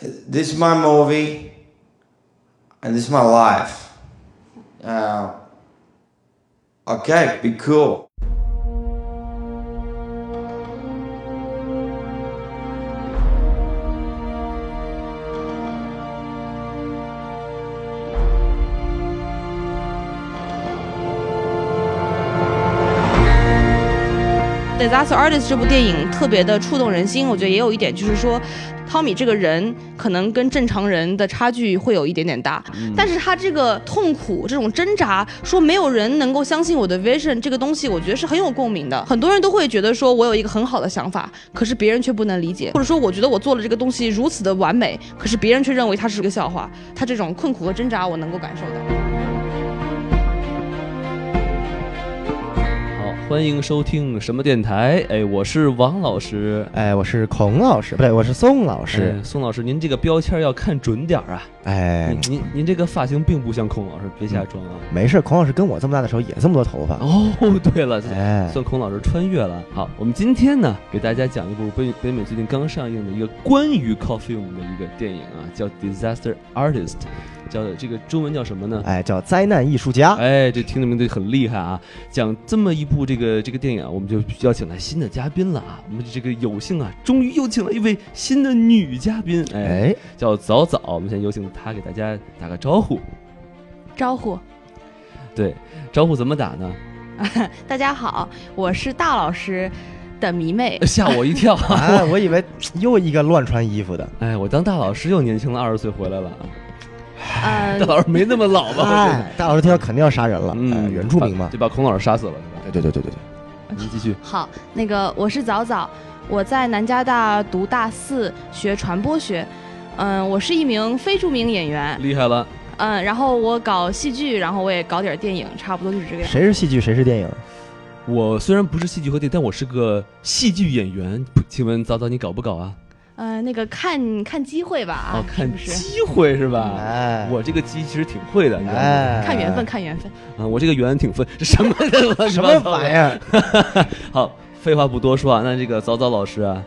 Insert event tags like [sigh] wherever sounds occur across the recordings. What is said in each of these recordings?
this is my movie and this is my life. Uh, okay, be cool. 《Disaster Artist》这部电影特别的触动人心，我觉得也有一点就是说，汤米这个人可能跟正常人的差距会有一点点大，嗯但是他这个痛苦、这种挣扎，说没有人能够相信我的 vision 这个东西，我觉得是很有共鸣的。很多人都会觉得说我有一个很好的想法，可是别人却不能理解，或者说我觉得我做了这个东西如此的完美，可是别人却认为它是个笑话。他这种困苦和挣扎，我能够感受到。好，欢迎收听什么电台？哎，我是王老师。哎，我是孔老师，不对，我是宋老师哎。宋老师，您这个标签要看准点儿啊！哎，您您您这个发型并不像孔老师，别瞎装啊！没事，孔老师跟我这么大的时候也这么多头发。哦， [laughs] 对了，嗯哎，算孔老师穿越了。好，我们今天呢，给大家讲一部北北美最近刚上映的一个关于 Coffee 的一个电影啊，叫《Disaster Artist》，叫这个中文叫什么呢？哎，叫灾难艺术家。哎，这听着名字很厉害啊！讲这么一部这个这个电影啊，我们就邀请来新的嘉宾了啊！我们这个有幸啊，终于又请了一位新的女嘉宾，哎，哎，叫早早。我们先有请她给大家打个招呼。招呼。对，招呼怎么打呢？，大家好，我是大老师的迷妹 [laughs] 吓我一跳 [laughs] 啊！ [laughs] 哎，我以为又一个乱穿衣服的。哎，我当大老师又年轻了二十岁回来了啊！嗯呃大，老师没那么老吧？我觉得哎， [laughs] 大老师听到肯定要杀人了。哎嗯，原住民嘛嗯把。就把孔老师杀死了，对吧？对对对对对对。哎您继续。好，那个我是早早，我在南加大读大四，学传播学。嗯，我是一名非著名演员，厉害了，嗯，然后我搞戏剧，然后我也搞点电影，差不多就是这个样。谁是戏剧，谁是电影？我虽然不是戏剧和电，但我是个戏剧演员。请问早早你搞不搞啊？呃，那个看看机会吧，啊哦，，看是不是？机会是吧？哎，啊我这个鸡其实挺会的，你知道吗？哎，看缘分，。看缘分。啊，我这个圆挺分，这什么什么玩意意？儿？好，废话不多说啊，那这个早早老师啊，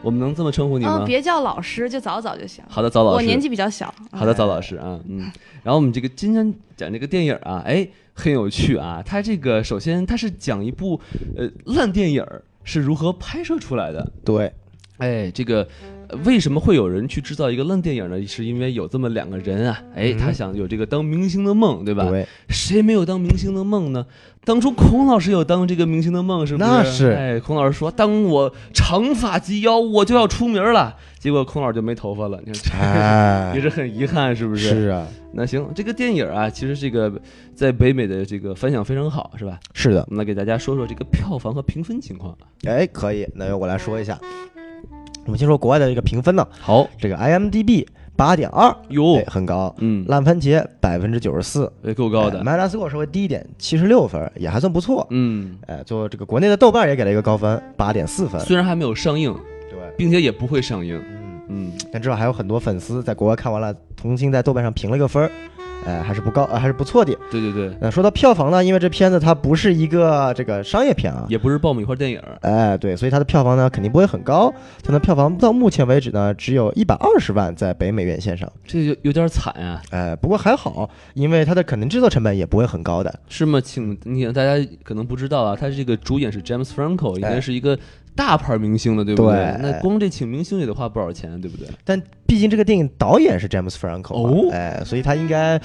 我们能这么称呼你嗯，吗？别叫老师，就早早就行。好的，早老我师。年纪比较小，好的，早老师啊，嗯，然后我们这个今天讲这个电影啊，哎，很有趣啊。它这个首先它是讲一部呃烂电影儿是如何拍摄出来的，对，哎，这个呃为什么会有人去制造一个烂电影呢？是因为有这么两个人啊，哎，嗯他想有这个当明星的梦，对吧？对，谁没有当明星的梦呢？当初孔老师有当这个明星的梦，是不那是哎，孔老师说，当我长发及腰，我就要出名了。结果孔老师就没头发了，你看这 [laughs] 哎也，是很遗憾，是不是？是啊，那行，这个电影啊，其实这个在北美的这个反响非常好，是吧？是的。我们来给大家说说这个票房和评分情况。哎，可以，那由我来说一下。我们先说国外的这个评分呢，好这个 IMDB 八点二，哟哎，，很高。嗯，烂番茄百分之九十四，也够高哎的，麦达斯给我稍微低一点，七十六分，也还算不错。嗯，哎，做这个国内的豆瓣也给了一个高分，八点四分。虽然还没有上映，对，并且也不会上映，嗯，嗯，但至少还有很多粉丝在国外看完了，重新在豆瓣上评了一个分儿，哎，还是不高，呃还是不错的。对对对，呃，说到票房呢，因为这片子它不是一个这个商业片啊，也不是爆米花电影，哎，对，所以它的票房呢肯定不会很高，它的票房到目前为止呢只有一百二十万在北美院线上，这就有点惨啊，哎，不过还好，因为它的肯定制作成本也不会很高的，是吗？请你大家可能不知道啊，他这个主演是 James Franco，应该是一个大牌明星哎了，对不对那光这请明星也得花不少钱，对不对？但毕竟这个电影导演是 James Franco，嘛哦哎，所以他应该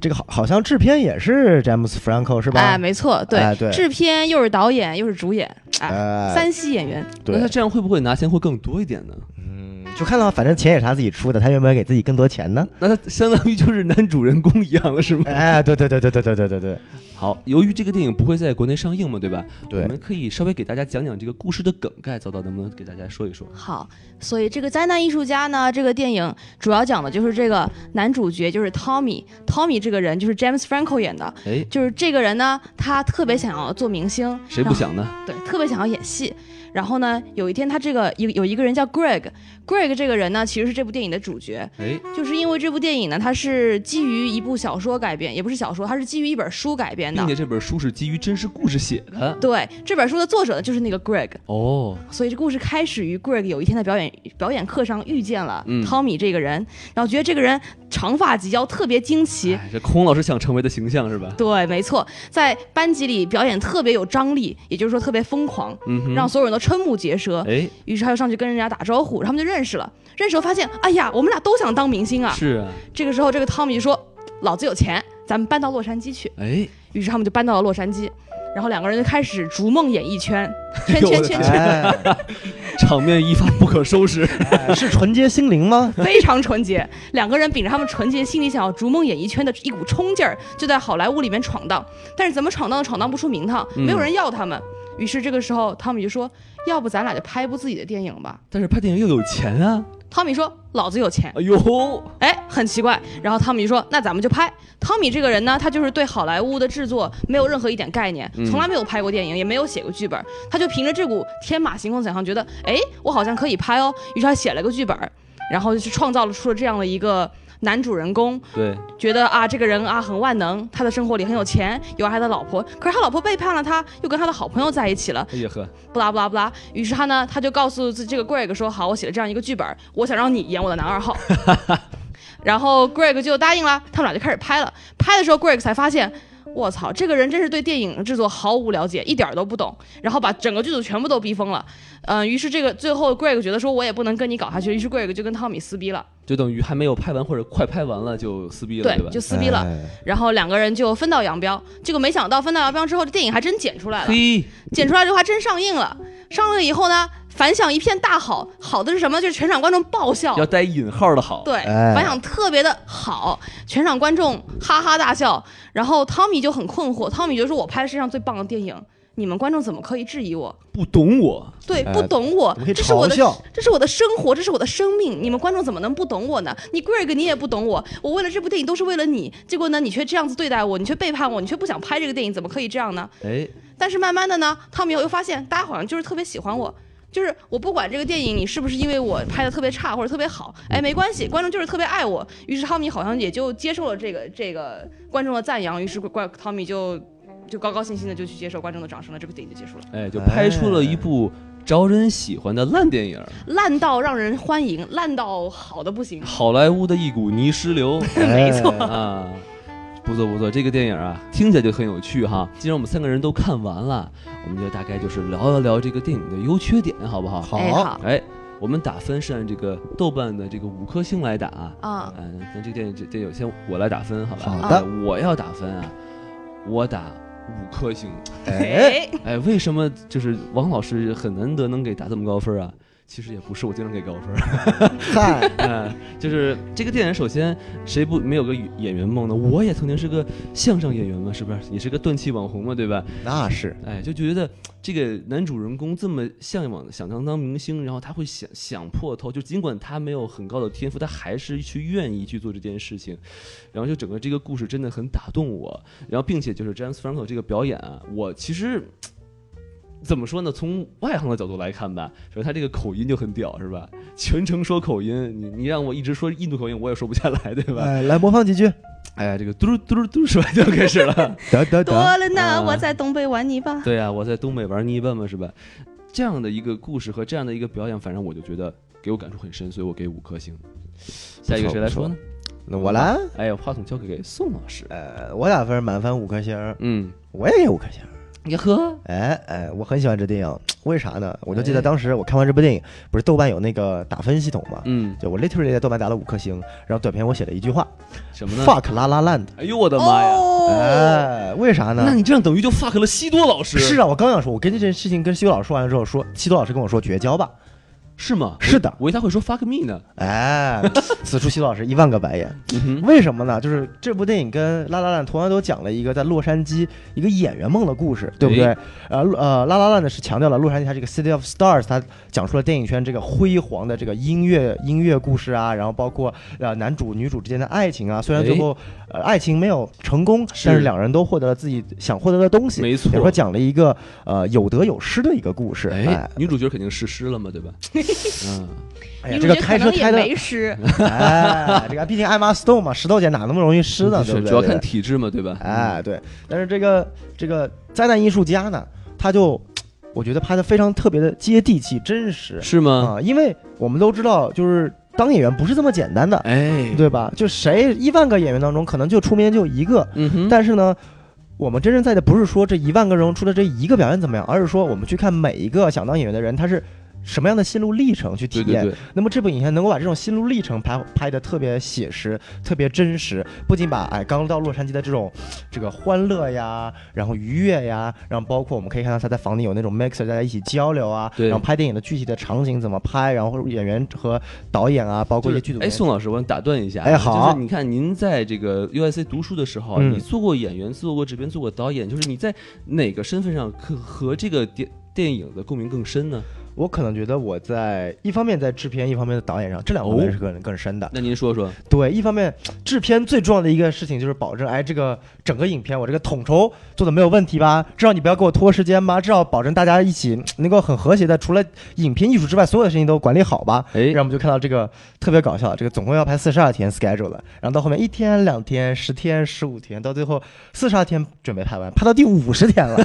这个好好像制片也是 James Franco 是吧？哎，没错，对哎，对制片又是导演又是主演，哎，哎三系演员。那他对，这样会不会拿钱会更多一点呢？嗯，就看到反正钱也是他自己出的，他有没有给自己更多钱 [laughs] 呢？那他相当于就是男主人公一样了，是吗？哎，对对对对对对对对对好，由于这个电影不会在国内上映嘛，对吧？我对，们可以稍微给大家讲讲这个故事的梗概，早早能不能给大家说一说？好，所以这个灾难艺术家呢，这个电影主要讲的就是这个男主角就是 Tommy，Tommy 这个人就是 James Franco 演的，哎，就是这个人呢，他特别想要做明星，谁不想呢？对，特别想要演戏。然后呢，有一天他这个有有一个人叫 Greg，Greg 这个人呢，其实是这部电影的主角，哎，就是因为这部电影呢，它是基于一部小说改编，也不是小说，它是基于一本书改编的并且。这本书是基于真实故事写的。对，这本书的作者呢就是那个 Greg，哦，所以这故事开始于 Greg 有一天在表演表演课上遇见了嗯 Tommy 这个人，然后觉得这个人长发及腰，特别惊奇。哎这孔老师想成为的形象是吧？对，没错，在班级里表演特别有张力，也就是说特别疯狂，嗯哼，让所有人都瞠目结舌。哎，于是他就上去跟人家打招呼，他们就认识了。认识后发现，哎呀，我们俩都想当明星啊。是啊，这个时候，这个 Tommy 就说：“老子有钱，咱们搬到洛杉矶去。哎，”于是他们就搬到了洛杉矶，然后两个人就开始逐梦演艺圈，圈哎呦我圈的圈圈，哎，场面一发不可收拾。是纯洁心灵吗？ [laughs] 非常纯洁。两个人秉着他们纯洁心里想要逐梦演艺圈的一股冲劲儿，就在好莱坞里面闯荡。但是怎么闯荡都闯荡不出名堂，嗯没有人要他们。于是这个时候，汤米就说：“要不咱俩就拍一部自己的电影吧 [laughs] 但是拍电影要有钱啊！？”汤米说：“老子有钱。哎呦，”哎，很奇怪。然后汤米就说：“那咱们就拍。”汤米这个人呢，他就是对好莱坞的制作没有任何一点概念嗯，从来没有拍过电影，也没有写过剧本。他就凭着这股天马行空的想象，觉得哎，我好像可以拍哦。于是他写了个剧本，然后就创造了出了这样的一个男主人公，对，觉得啊，这个人啊很万能，他的生活里很有钱，有爱他的老婆，可是他老婆背叛了他，又跟他的好朋友在一起了，哎呀呵，不拉不拉不拉。于是他呢，他就告诉自这个 Greg 说，好，我写了这样一个剧本，我想让你演我的男二号。 [laughs] 然后 Greg 就答应了，他们俩就开始拍了。拍的时候，Greg 才发现。我操，这个人真是对电影制作毫无了解，一点儿都不懂，然后把整个剧组全部都逼疯了。嗯、于是这个最后 Greg 觉得说，我也不能跟你搞下去，于是 Greg 就跟汤米撕逼了，就等于还没有拍完或者快拍完了就撕逼了，对吧？就撕逼了。哎然后两个人就分道扬镳。结果没想到分道扬镳之后，这电影还真剪出来了，嘿，剪出来之后还真上映了。上映以后呢，反响一片大好，好的是什么？就是全场观众爆笑要，带引号的好。对，哎反响特别的好，全场观众哈哈大笑。然后汤米就很困惑，汤米就说：“我拍了世界上最棒的电影，你们观众怎么可以质疑我？不懂我，对，哎不懂我怎么可，以这是我嘲的笑？这是我的生活，这是我的生命，你们观众怎么能不懂我呢？你 Greg 你也不懂我，我为了这部电影都是为了你，结果呢你却这样子对待我，你却背叛我，你却不想拍这个电影，怎么可以这样呢？哎，但是慢慢的呢，汤米又发现大家好像就是特别喜欢我。就是我不管这个电影你是不是因为我拍的特别差或者特别好，哎，没关系，观众就是特别爱我。于是汤米好像也就接受了这个这个观众的赞扬，于是怪汤米就就高高兴兴的就去接受观众的掌声了，这部电影就结束了，哎，就拍出了一部招人喜欢的烂电影，烂到让人欢迎，烂到好的不行。好莱坞的一股泥石 [laughs] 流没错啊！不错不错，这个电影啊，听起来就很有趣哈。既然我们三个人都看完了，我们就大概就是聊一聊这个电影的优缺点，好不好？好哎，好哎，我们打分是按这个豆瓣的这个五颗星来打啊。啊，嗯，那这个电影这这有先我来打分好吧？好的哎我要打分啊，我打五颗星。哎，，哎，为什么就是王老师很难得能给打这么高分啊？其实也不是，我经常给高分。嗨， [laughs] 嗯，就是这个电影，首先谁不没有个演员梦呢？我也曾经是个相声演员嘛，是不是？也是个断气网红嘛，对吧？那是哎，就觉得这个男主人公这么向往，想当当明星，然后他会想想破头，就尽管他没有很高的天赋，他还是去愿意去做这件事情。然后就整个这个故事真的很打动我，然后并且就是詹姆斯· a m s Franco 这个表演啊，我其实。怎么说呢？从外行的角度来看吧，首先他这个口音就很屌，是吧？全程说口音，你你让我一直说印度口音，我也说不下来，对吧？哎，来模仿几句，哎呀，这个嘟噜嘟噜嘟噜说完就开始了。得得多得，了啊呢，我在东北玩泥 [laughs] 巴。对啊，我在东北玩泥巴嘛，是吧？这样的一个故事和这样的一个表演，反正我就觉得给我感触很深，所以我给五颗星。下一个谁来说呢？那我来，哎呀，话筒交给给宋老师。呃，我打分满分五颗星，嗯，我也给五颗星。你喝哎哎，我很喜欢这电影，为啥呢？我就记哎得当时我看完这部电影，不是豆瓣有那个打分系统嘛？嗯就我 literally 在豆瓣打了五颗星，然后短片我写了一句话什么呢？ ，fuck 拉拉烂的。哎呦我的妈哦哦呀！哎，为啥呢啊那？你这样等于就 fuck 了西多老师。是啊，我刚想说，我跟这件事情跟西多老师说完了之后，说西多老师跟我说绝交吧，是吗？是的我以为他会说 fuck me 呢。哎， [laughs] 此处徐老师一万个白眼。嗯为什么呢？就是这部电影跟《拉拉烂》同样都讲了一个在洛杉矶一个演员梦的故事，对不对？呃呃，《拉拉烂》呢是强调了洛杉矶它这个 City of Stars，它讲述了电影圈这个辉煌的这个音乐音乐故事啊，然后包括呃男主女主之间的爱情啊。虽然最后、呃爱情没有成功，是但是两人都获得了自己想获得的东西。没错也说讲了一个呃有得有失的一个故事。哎哎，，女主角肯定是诗了嘛，对 [laughs] 吧？嗯，哎呀女主这个角开可车能也开的没 [laughs] 湿，哎，这个毕竟艾玛 Stone 嘛，石头姐哪那么容易湿呢？对不嗯对？主要看体质嘛，对吧？哎，对。但是这个这个灾难艺术家呢，他就我觉得拍的非常特别的接地气、真实是吗？啊、因为我们都知道，就是当演员不是这么简单的，哎，嗯对吧？就谁一万个演员当中，可能就出名就一个，嗯哼，但是呢。我们真正在的不是说这一万个人出的这一个表演怎么样，而是说我们去看每一个想当演员的人，他是什么样的心路历程去体对验。对对，那么这部影片能够把这种心路历程拍拍的特别写实、特别真实，不仅把哎刚到洛杉矶的这种这个欢乐呀，然后愉悦呀，然后包括我们可以看到他在房里有那种 mixer 大家一起交流啊，对然后拍电影的具体的场景怎么拍，然后演员和导演啊，包括就是一些剧组哎，人员宋老师，我想打断一下，啊哎好就是你看您在这个 U S C 读书的时候，嗯你做过演员，做过制片，做过导演，就是你在哪个身份上可和这个电电影的共鸣更深呢？我可能觉得我在一方面在制片，一方面在导演上，这哦两方面是更更深的。那您说说，对，一方面制片最重要的一个事情就是保证，哎，这个整个影片我这个统筹做的没有问题吧？至少你不要给我拖时间吧？至少保证大家一起嗯能够很和谐的，除了影片艺术之外，所有的事情都管理好吧？哎然后我们就看到这个特别搞笑，这个总共要拍四十二天 schedule 了，然后到后面一天、两天、十天、十五天，到最后四十二天准备拍完，拍到第五十天了，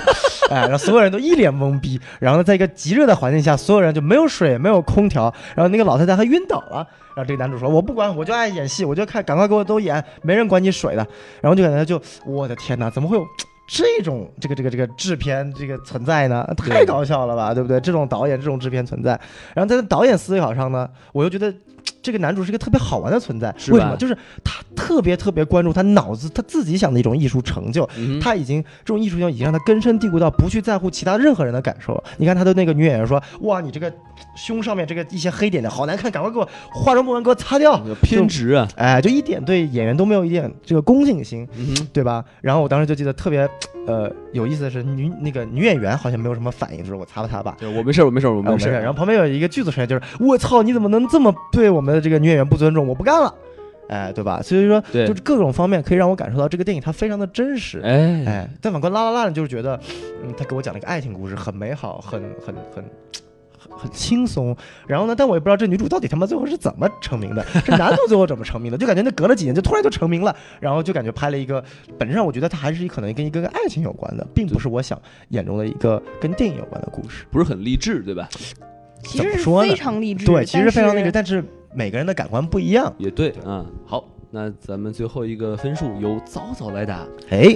哎，然后所有人都一脸懵逼，然后呢，在一个极热的环境下，所有人就没有水、没有空调，然后那个老太太还晕倒了，然后这个男主说：“我不管，我就爱演戏，我就看，赶快给我都演，没人管你水的。”然后就感觉就我的天哪，怎么会有？这种这个这个这个制片这个存在呢，太搞笑了吧，对不对？这种导演这种制片存在，然后在导演思考上呢，我又觉得嘖这个男主是一个特别好玩的存在，是吧为什么？就是他特别特别关注他脑子他自己想的一种艺术成就，嗯哼他已经这种艺术性已经让他根深蒂固到不去在乎其他任何人的感受了。嗯你看他的那个女演员说：“哇，你这个胸上面这个一些黑点点好难看，赶快给我化妆部门给我擦掉。偏执啊，”哎，就一点对演员都没有一点这个恭敬心。嗯哼，对吧？然后我当时就记得特别，呃，有意思的是女那个女演员好像没有什么反应，就是我擦吧擦吧，对我没事儿，我没事儿，我哎我没事事。儿。然后旁边有一个剧组成员就是我操，你怎么能这么对我们的这个女演员不尊重？我不干了，哎，对吧？所以说，对就是各种方面可以让我感受到这个电影它非常的真实。哎，哎，但反观《拉拉烂》就是觉得，嗯，他给我讲了一个爱情故事，很美好，很很很很很轻松。然后呢，但我也不知道这女主到底他妈最后是怎么成名的，这男主最后怎么成名的，就感觉那隔了几年就突然就成名了，然后就感觉拍了一个，本质上我觉得它还是可能跟一个跟爱情有关的，并不是我想眼中的一个跟电影有关的故事。不是很励志，对吧？其怎实么是说呢非常励志，对，其实但非常那是个，但是每个人的感官不一样。也对啊。好，那咱们最后一个分数由早早来打，哎，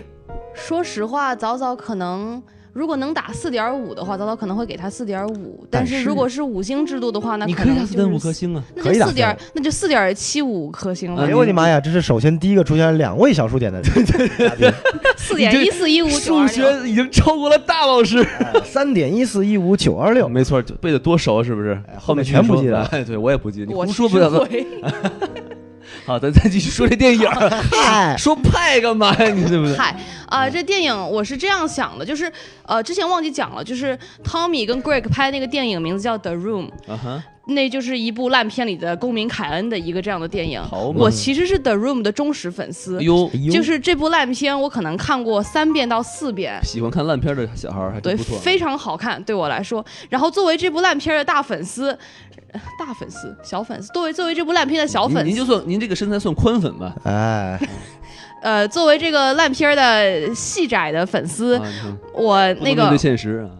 说实话，早早可能如果能打四点五的话，早早可能会给他四点五。但但是是如果是五星制度的话，那你可可以能打就四点是五颗，星啊。那可以就打四点，那就四点七五颗星啊哎了呦，我的妈呀！这是首先第一个出现了两位小数点的嘉宾，四点一四一五九数学已经超过了大老师，呃三点一四一五九二六，没错，就背的多熟是不是哎？后后面继续全不说记得了 [laughs] 哎，对我也不记，你我胡说不了。会 [laughs] [laughs] 好，咱再继续说这电影儿， [laughs] 嗨，说派干嘛呀？你对不对？嗨啊、这电影我是这样想的，就是呃，之前忘记讲了，就是汤米跟 Greg 拍那个电影名字叫《The Room》，啊哈，那就是一部烂片里的公民凯恩的一个这样的电影。好嗯嘛我，其实是 The Room 的忠实粉丝哎，呦，就是这部烂片我可能看过三遍到四遍。喜欢看烂片儿的小孩儿还对，真不错。啊非常好看，对我来说。然后作为这部烂片的大粉丝，呃大粉丝、小粉丝，作为作为这部烂片的小您粉您丝，就算您这个身材算宽粉吧，哎，呃，作为这个烂片的细窄的粉丝，啊你看我不能呃那面个对，现实啊，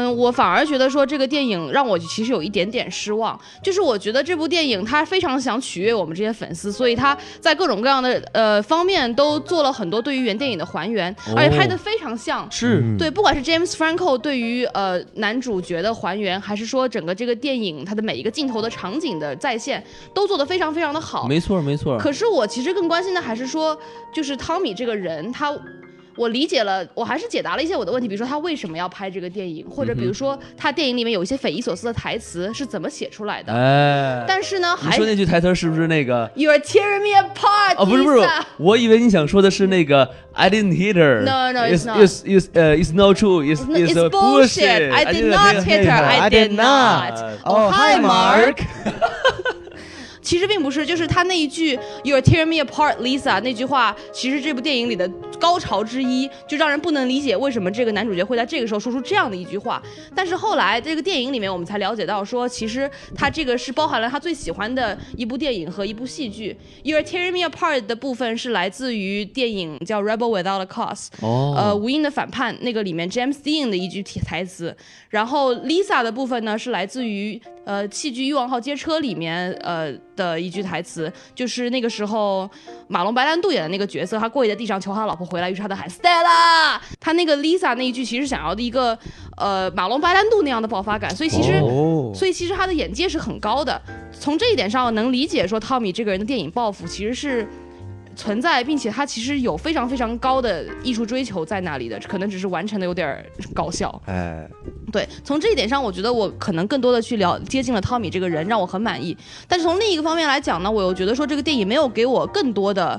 嗯、我反而觉得说这个电影让我其实有一点点失望，就是我觉得这部电影它非常想取悦我们这些粉丝，所以它在各种各样的呃方面都做了很多对于原电影的还原，而且拍的非常像。是嗯对，不管是 James Franco 对于呃男主角的还原，还是说整个这个电影它的每一个镜头的场景的再现，都做得非常非常的好。嗯没错没错。可是我其实更关心的还是说，就是汤米这个人，他我理解了，我还是解答了一些我的问题，比如说他为什么要拍这个电影，或者比如说他电影里面有一些匪夷所思的台词是怎么写出来的。哎，但是呢，你还说那句台词是不是那个？ You are tearing me apart，哦，不是不是 Lisa，我以为你想说的是那个 I didn't hit her. No, no, it's it's not. It's it's 呃 it's not true. It's It's not- it's it's a bullshit. I did not hit her. I did 呃 not. 哦 hi, Mark. Mark，其实并不是，就是他那一句 “You are tearing me apart, Lisa” 那句话，其实这部电影里的高潮之一，就让人不能理解为什么这个男主角会在这个时候说出这样的一句话。但是后来这个电影里面，我们才了解到说，其实他这个是包含了他最喜欢的一部电影和一部戏剧。“You are tearing me apart” 的部分是来自于电影叫《Rebel Without a Cause》，哦，呃，无印的反叛那个里面 James Dean 的一句提台词，然后 Lisa 的部分呢是来自于呃戏剧《欲望号街车》里面呃的一句台词，就是那个时候马龙白兰度演的那个角色，他跪在地上求他老婆回来，于是他喊 Stella。他那个 Lisa 那一句其实想要的一个呃马龙白兰度那样的爆发感，所以其实、哦所以其实他的眼界是很高的。从这一点上能理解说汤米这个人的电影抱负其实是存在，并且他其实有非常非常高的艺术追求在那里的，可能只是完成的有点儿搞笑。哎，对，从这一点上，我觉得我可能更多的去了接近了汤米这个人，让我很满意。但是从另一个方面来讲呢，我又觉得说这个电影没有给我更多的。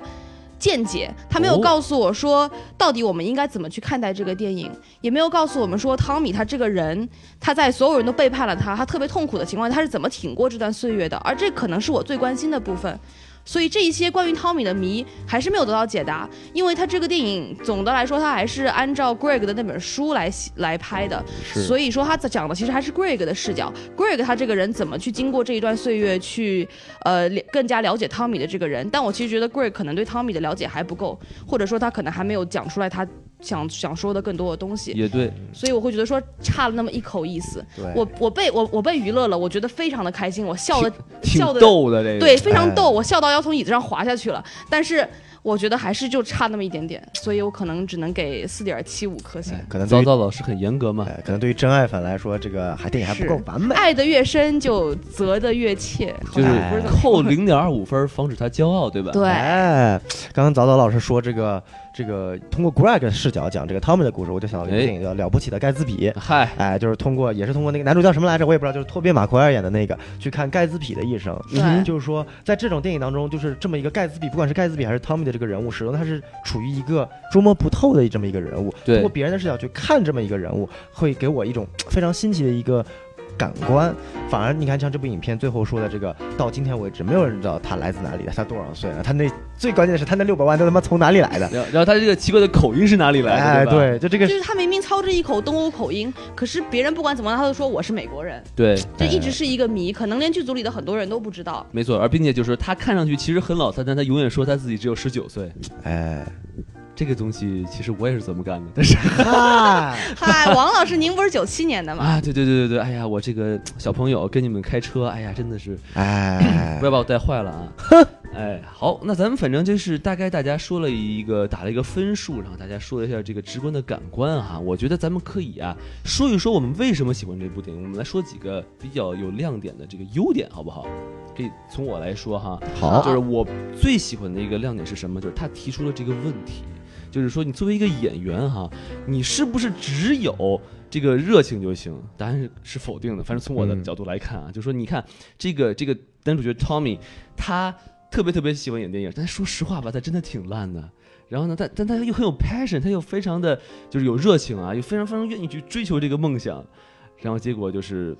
见解，他没有哦告诉我说到底我们应该怎么去看待这个电影，也没有告诉我们说汤米他这个人，他在所有人都背叛了他，他特别痛苦的情况下，他是怎么挺过这段岁月的，而这可能是我最关心的部分。所以这一些关于汤米的谜还是没有得到解答，因为他这个电影总的来说，他还是按照 Greg 的那本书来写来拍的，所以说他讲的其实还是 Greg 的视角，Greg 他这个人怎么去经过这一段岁月去，呃，了更加了解汤米的这个人。但我其实觉得 Greg 可能对汤米的了解还不够，或者说他可能还没有讲出来他想想说的更多的东西，也对，所以我会觉得说差了那么一口意思。对我我被我我被娱乐了，我觉得非常的开心，我笑的挺笑的逗的这个。对，非常逗，哎我笑到要从椅子上滑下去了。但是我觉得还是就差那么一点点，所以我可能只能给四点七五颗星。可能对糟于糟老师很严格嘛。哎，可能对于真爱粉来说，这个还电影还不够完美。爱得越深，就责得越切，好就是像不是怎么 [laughs] 扣 [laughs] 零点二五分，防止他骄傲，对吧？对，哎，刚刚早早老师说这个这个通过 Greg 的视角讲这个 Tommy 的故事，我就想到一部哎电影叫《了不起的盖茨比》。嗨，哎，就是通过也是通过那个男主叫什么来着，我也不知道，就是托比马奎尔演的那个去看盖茨比的一生。对嗯就是说在这种电影当中，就是这么一个盖茨比，不管是盖茨比还是汤米的这个人物，始终他是处于一个捉摸不透的这么一个人物。对通过别人的视角去看这么一个人物，会给我一种非常新奇的一个。感官，反而你看，像这部影片最后说的这个，到今天为止，没有人知道他来自哪里，他多少岁了，他那最关键的是他那六百万都他妈从哪里来的？然后然后他这个奇怪的口音是哪里来哎，的？吧对，就 [laughs] 这个就是他明明操着一口东欧口音，可是别人不管怎么样，他都说我是美国人，对，这一直是一个谜，可能连剧组里的很多人都不知道。没错。而并且就是他看上去其实很老态，但他永远说他自己只有十九岁。哎，这个东西其实我也是这么干的，但是嗨嗨，王老师，您不是九七年的吗？啊，对对对对对，哎呀，我这个小朋友跟你们开车，哎呀，真的是哎不，要把我带坏了啊！哎，好，那咱们反正就是大概大家说了一个打了一个分数，然后大家说了一下这个直观的感官哈、我觉得咱们可以啊说一说我们为什么喜欢这部电影，我们来说几个比较有亮点的这个优点好不好？可以从我来说哈，好就是我最喜欢的一个亮点是什么？就是他提出了这个问题，就是说你作为一个演员哈、你是不是只有这个热情就行？答案是是否定的。反正从我的嗯角度来看啊，就说你看这个这个男主角 Tommy，他特别特别喜欢演电影，但说实话吧，他真的挺烂的。然后呢，但但他又很有 passion，他又非常的就是有热情啊，又非常非常愿意去追求这个梦想。然后结果就是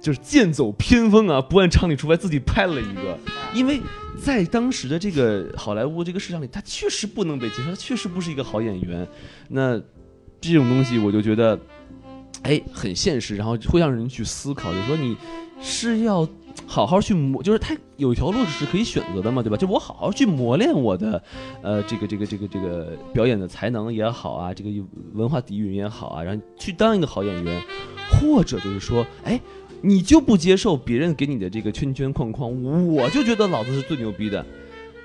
就是剑走偏锋啊，不按常理出牌，自己拍了一个。因为在当时的这个好莱坞这个市场里，他确实不能被接受，他确实不是一个好演员。那这种东西，我就觉得，哎，很现实，然后会让人去思考，就是说你是要好好去磨，就是他有一条路是可以选择的嘛，对吧？就我好好去磨练我的，呃，这个这个这个这个表演的才能也好啊，这个文化底蕴也好啊，然后去当一个好演员，或者就是说，哎。你就不接受别人给你的这个圈圈框框，我就觉得老子是最牛逼的。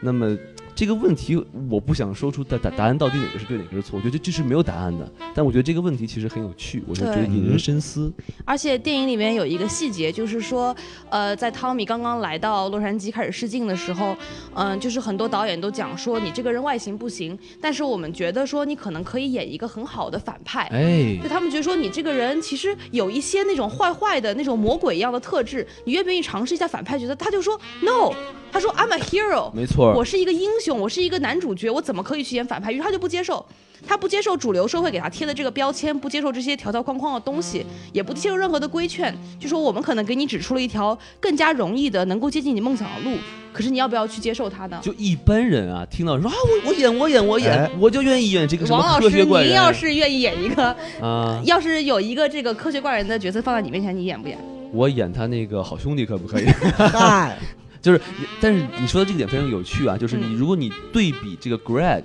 那么这个问题我不想说出答答答案到底哪个是对哪个是错，我觉得这这是没有答案的。但我觉得这个问题其实很有趣，我是觉得对引人深思。而且电影里面有一个细节，就是说，呃，在汤米刚刚来到洛杉矶开始试镜的时候，嗯、就是很多导演都讲说你这个人外形不行，但是我们觉得说你可能可以演一个很好的反派。哎就，他们觉得说你这个人其实有一些那种坏坏的那种魔鬼一样的特质，你愿不愿意尝试一下反派角色？他就说 no，他说 I'm a hero，没错儿，我是一个英雄，我是一个男主角，我怎么可以去演反派？于是他就不接受，他不接受主流社会给他贴的这个标签，不接受这些条条框框的东西，嗯也不接受任何的规劝，就说我们可能给你指出了一条更加容易的、能够接近你梦想的路，可是你要不要去接受它呢？就一般人啊，听到说啊，我我演我演我演哎，我就愿意演这个什王么老科师，学怪您人要是愿意演一个，啊，要是有一个这个科学怪人的角色放在你面前，你演不演？我演他那个好兄弟可不 [laughs] 可以？嗨，就是，但是你说的这个点非常有趣啊，就是你如果你对比这个 Greg。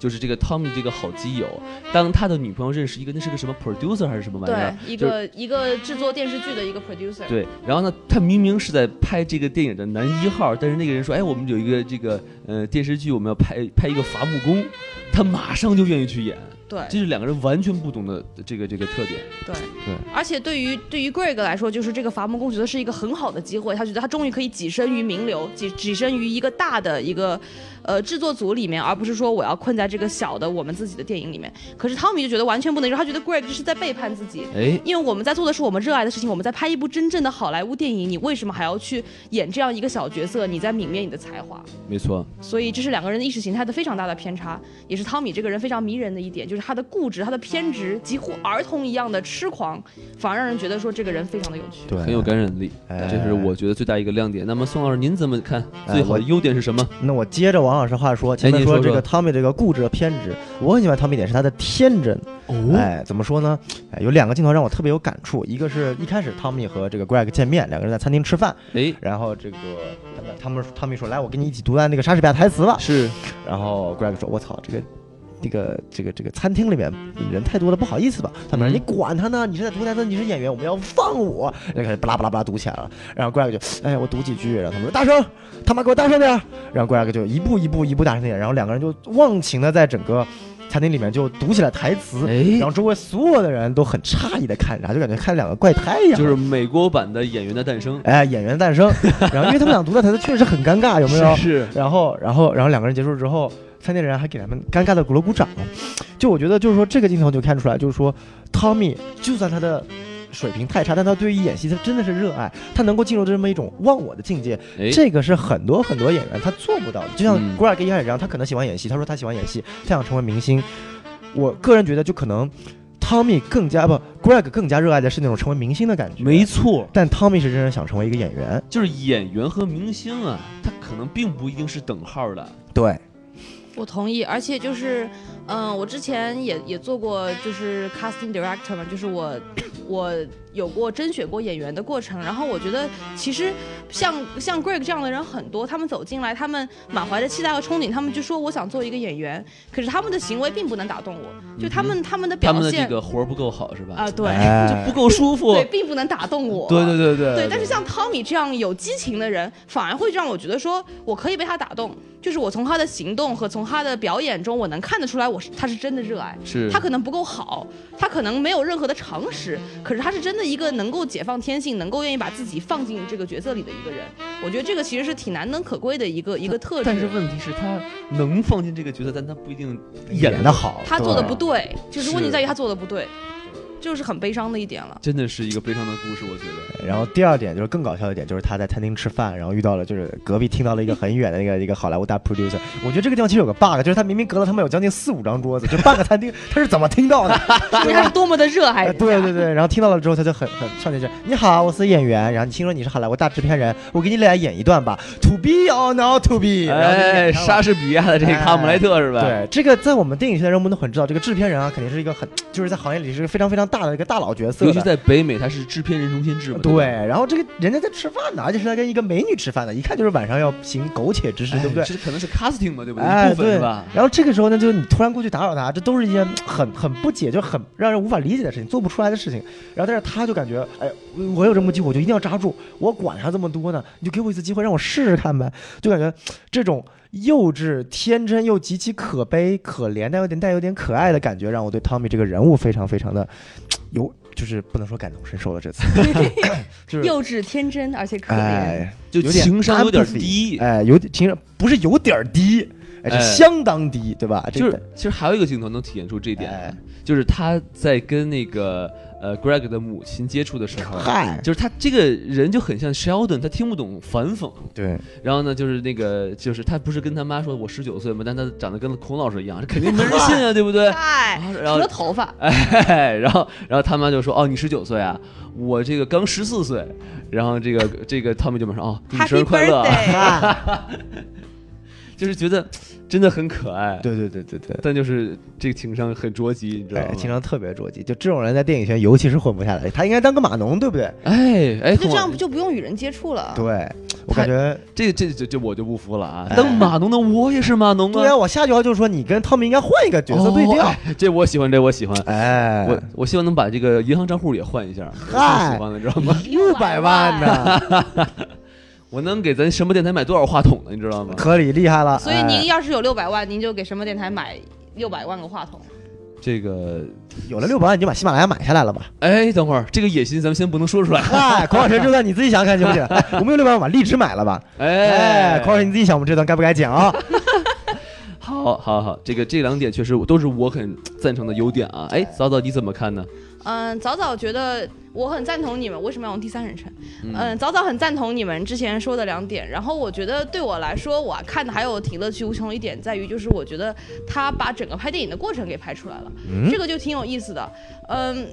就是这个 Tommy 这个好基友，当他的女朋友认识一个那是个什么 producer 还是什么玩意儿对，，一就是个一个制作电视剧的一个 producer。对，然后呢，他明明是在拍这个电影的男一号，但是那个人说，哎，我们有一个这个呃电视剧，我们要拍拍一个伐木工，他马上就愿意去演，对这是两个人完全不同的这个这个特点。对对，而且对于对于 Greg 来说，就是这个伐木工觉得是一个很好的机会，他觉得他终于可以跻身于名流，跻跻身于一个大的一个呃制作组里面，而不是说我要困在这个小的我们自己的电影里面。可是汤米就觉得完全不能接受，他觉得 Greg 是在背叛自己。哎，因为我们在做的是我们热爱的事情，我们在拍一部真正的好莱坞电影，你为什么还要去演这样一个小角色？你在泯灭你的才华，没错，所以这是两个人的意识形态的非常大的偏差，也是汤米这个人非常迷人的一点，就是他的固执、他的偏执，几乎儿童一样的痴狂，反而让人觉得说这个人非常的有趣。对，很有感染力，哎这是我觉得最大一个亮点。那么宋老师您怎么看？哎最好我的优点是什么？那我接着王老师话说，前面哎您说这个说汤米这个固执和偏执，我很喜欢汤米一点是他的天真。哦，哎，怎么说呢？哎，有两个镜头让我特别有感触，一个是一开始汤米和这个 Greg 见面，两个人在餐厅吃饭，哎，然后这个他们汤米说：“来，我跟你一起读完那个莎士比亚台词吧。是”然后 Greg 说：“我操，这个。”这个这个这个餐厅里面人太多了，不好意思吧？他们说嗯你管他呢，你是在读台词，你是演员，我们要放我。然后开始巴拉巴拉巴拉读起来了。然后 Greg 就哎呀，我读几句。然后他们说大声，他妈给我大声点儿。然后 Greg 就一步一步一步大声点，然后两个人就忘情的在整个餐厅里面就读起来台词。哎然，后周围所有的人都很诧异的看着他，就感觉看两个怪胎一样。就是美国版的演员的诞生，哎，演员诞生。然后因为他们俩读的台词确实很尴尬，有没有？是然后，然后，然后两个人结束之后，餐厅人还给他们尴尬的鼓了鼓掌。就我觉得，就是说这个镜头就看出来，就是说汤米就算他的。水平太差，但他对于演戏，他真的是热爱，他能够进入这么一种忘我的境界，是，哎，这个是很多很多演员他做不到的。就像嗯古尔格一开始一样，他可能喜欢演戏，他说他喜欢演戏，他想成为明星。我个人觉得，就可能汤米更加不，Greg 更加热爱的是那种成为明星的感觉。没错，但汤米是真正想成为一个演员。就是演员和明星啊，他可能并不一定是等号的。对，我同意，而且就是，嗯、我之前也也做过就是 casting director 嘛，就是我我有过甄选过演员的过程，然后我觉得其实像像 Greg 这样的人很多，他们走进来，他们满怀着期待和憧憬，他们就说我想做一个演员，可是他们的行为并不能打动我，就他们、他们的嗯他表们的现这个活儿不够好是吧？啊、对、哎就不够舒服。对，并不能打动我，对对对对对，但是像汤米这样有激情的人，反而会让我觉得说，我可以被他打动，就是我从他的行动和从他的表演中，我能看得出来，我是他是真的热爱。是他可能不够好，他可能没有任何的常识，可是他是真的一个能够解放天性，能够愿意把自己放进这个角色里的一个人。我觉得这个其实是挺难能可贵的一个一个特质。但是问题是，他能放进这个角色，但他不一定演的的。好，他做的不对。对，就是是问题在于他做的不对，就是很悲伤的一点了。真的是一个悲伤的故事，我觉得。然后第二点就是更搞笑一点，就是他在餐厅吃饭，然后遇到了就是隔壁听到了一个很远的那个一个好莱坞大 producer。我觉得这个地方其实有个 bug，就是他明明隔了他们有将近四五张桌子，就半个餐厅，他是怎么 [laughs] 听到的？因为他是多么的热爱哎，人家。 [laughs] 对对对，然后听到了之后，他就很很上去就你好，我是演员，然后你听说你是好莱坞大制片人，我给你俩演一段吧，To be or not to be，然后就哎，演上了莎士比亚的这个哎卡姆莱特是吧？对，这个在我们电影圈的人，我们都很知道，这个制片人啊，肯定是一个很，就是在行业里是非常非常大的一个大佬角色尤的，其在北美，它是制片人中心制嘛。对，吧，然后这个人家在吃饭呢，而且是在跟一个美女吃饭的，一看就是晚上要行苟且之事，对不对？哎这可能是 casting 嘛，对不对？哎，一部分对是吧？然后这个时候呢，就是你突然过去打扰他，这都是一件很很不解，就很让人无法理解的事情，做不出来的事情。然后但是他就感觉，哎，我有这么机会，我就一定要抓住，我管他这么多呢，你就给我一次机会，让我试试看呗。就感觉这种幼稚、天真又极其可悲、可怜，但有点带有点可爱的感觉，让我对汤米这个人物非常非常的有，就是不能说感同身受了，这次 [laughs] 就是。幼稚天真，而且可怜。哎，就有点情商有点 empathy 低。哎，有点，情商不是有点儿低，哎，是哎相当低，对吧？这就是其实还有一个镜头能体现出这一点，哎就是他在跟那个呃 Greg 的母亲接触的时候。嗨，就是他这个人就很像 Sheldon，他听不懂反讽。对，然后呢，就是那个，就是他不是跟他妈说我十九岁吗？但他长得跟孔老师一样，这肯定没人信啊，对不对？哎， [laughs] 啊然除后了头发，哎， [laughs] 然后然后他妈就说：“哦，你十九岁啊，我这个刚十四岁。”然后这个这个汤米就马上哦，祝你生 Happy 日快乐、啊，哎哎 birthday！ [laughs] 就是觉得真的很可爱，对对对对对。但就是这个情商很捉急，你知道哎，情吗？商特别着急，就这种人在电影圈尤其是混不下来。他应该当个码农，对不对？哎哎， [laughs] 就这样孔就不用与人接触了。对，他我感觉这这这这我就不服了啊！哎当码农的我也是码农对啊，啊，我下句话就说你跟汤米应该换一个角色哦对调。哎这我喜欢，这我喜欢。哎，我我希望能把这个银行账户也换一下，我嗨太喜欢了，知道吗？ [laughs] 六百万呢，我能给咱什么电台买多少话筒呢？你知道吗？可以厉害了。所以哎您要是有六百万，您就给什么电台买六百万个话筒？这个，有了六百万，你就把喜马拉雅买下来了吧？哎，等会儿这个野心咱们先不能说出来。嗨，孔老师，这段你自己想想看行不行？哎我们有六百万把荔枝买 [laughs] 了吧？哎，孔老师你自己想，我们这段该不该讲啊？好，好，好，这个这两点确实都是我很赞成的优点啊。哎，早早你怎么看呢？嗯，早早觉得我很赞同你们，为什么要用第三人称？嗯嗯，早早很赞同你们之前说的两点。然后我觉得对我来说，我看的还有挺乐趣无穷一点在于，就是我觉得他把整个拍电影的过程给拍出来了，嗯这个就挺有意思的。嗯。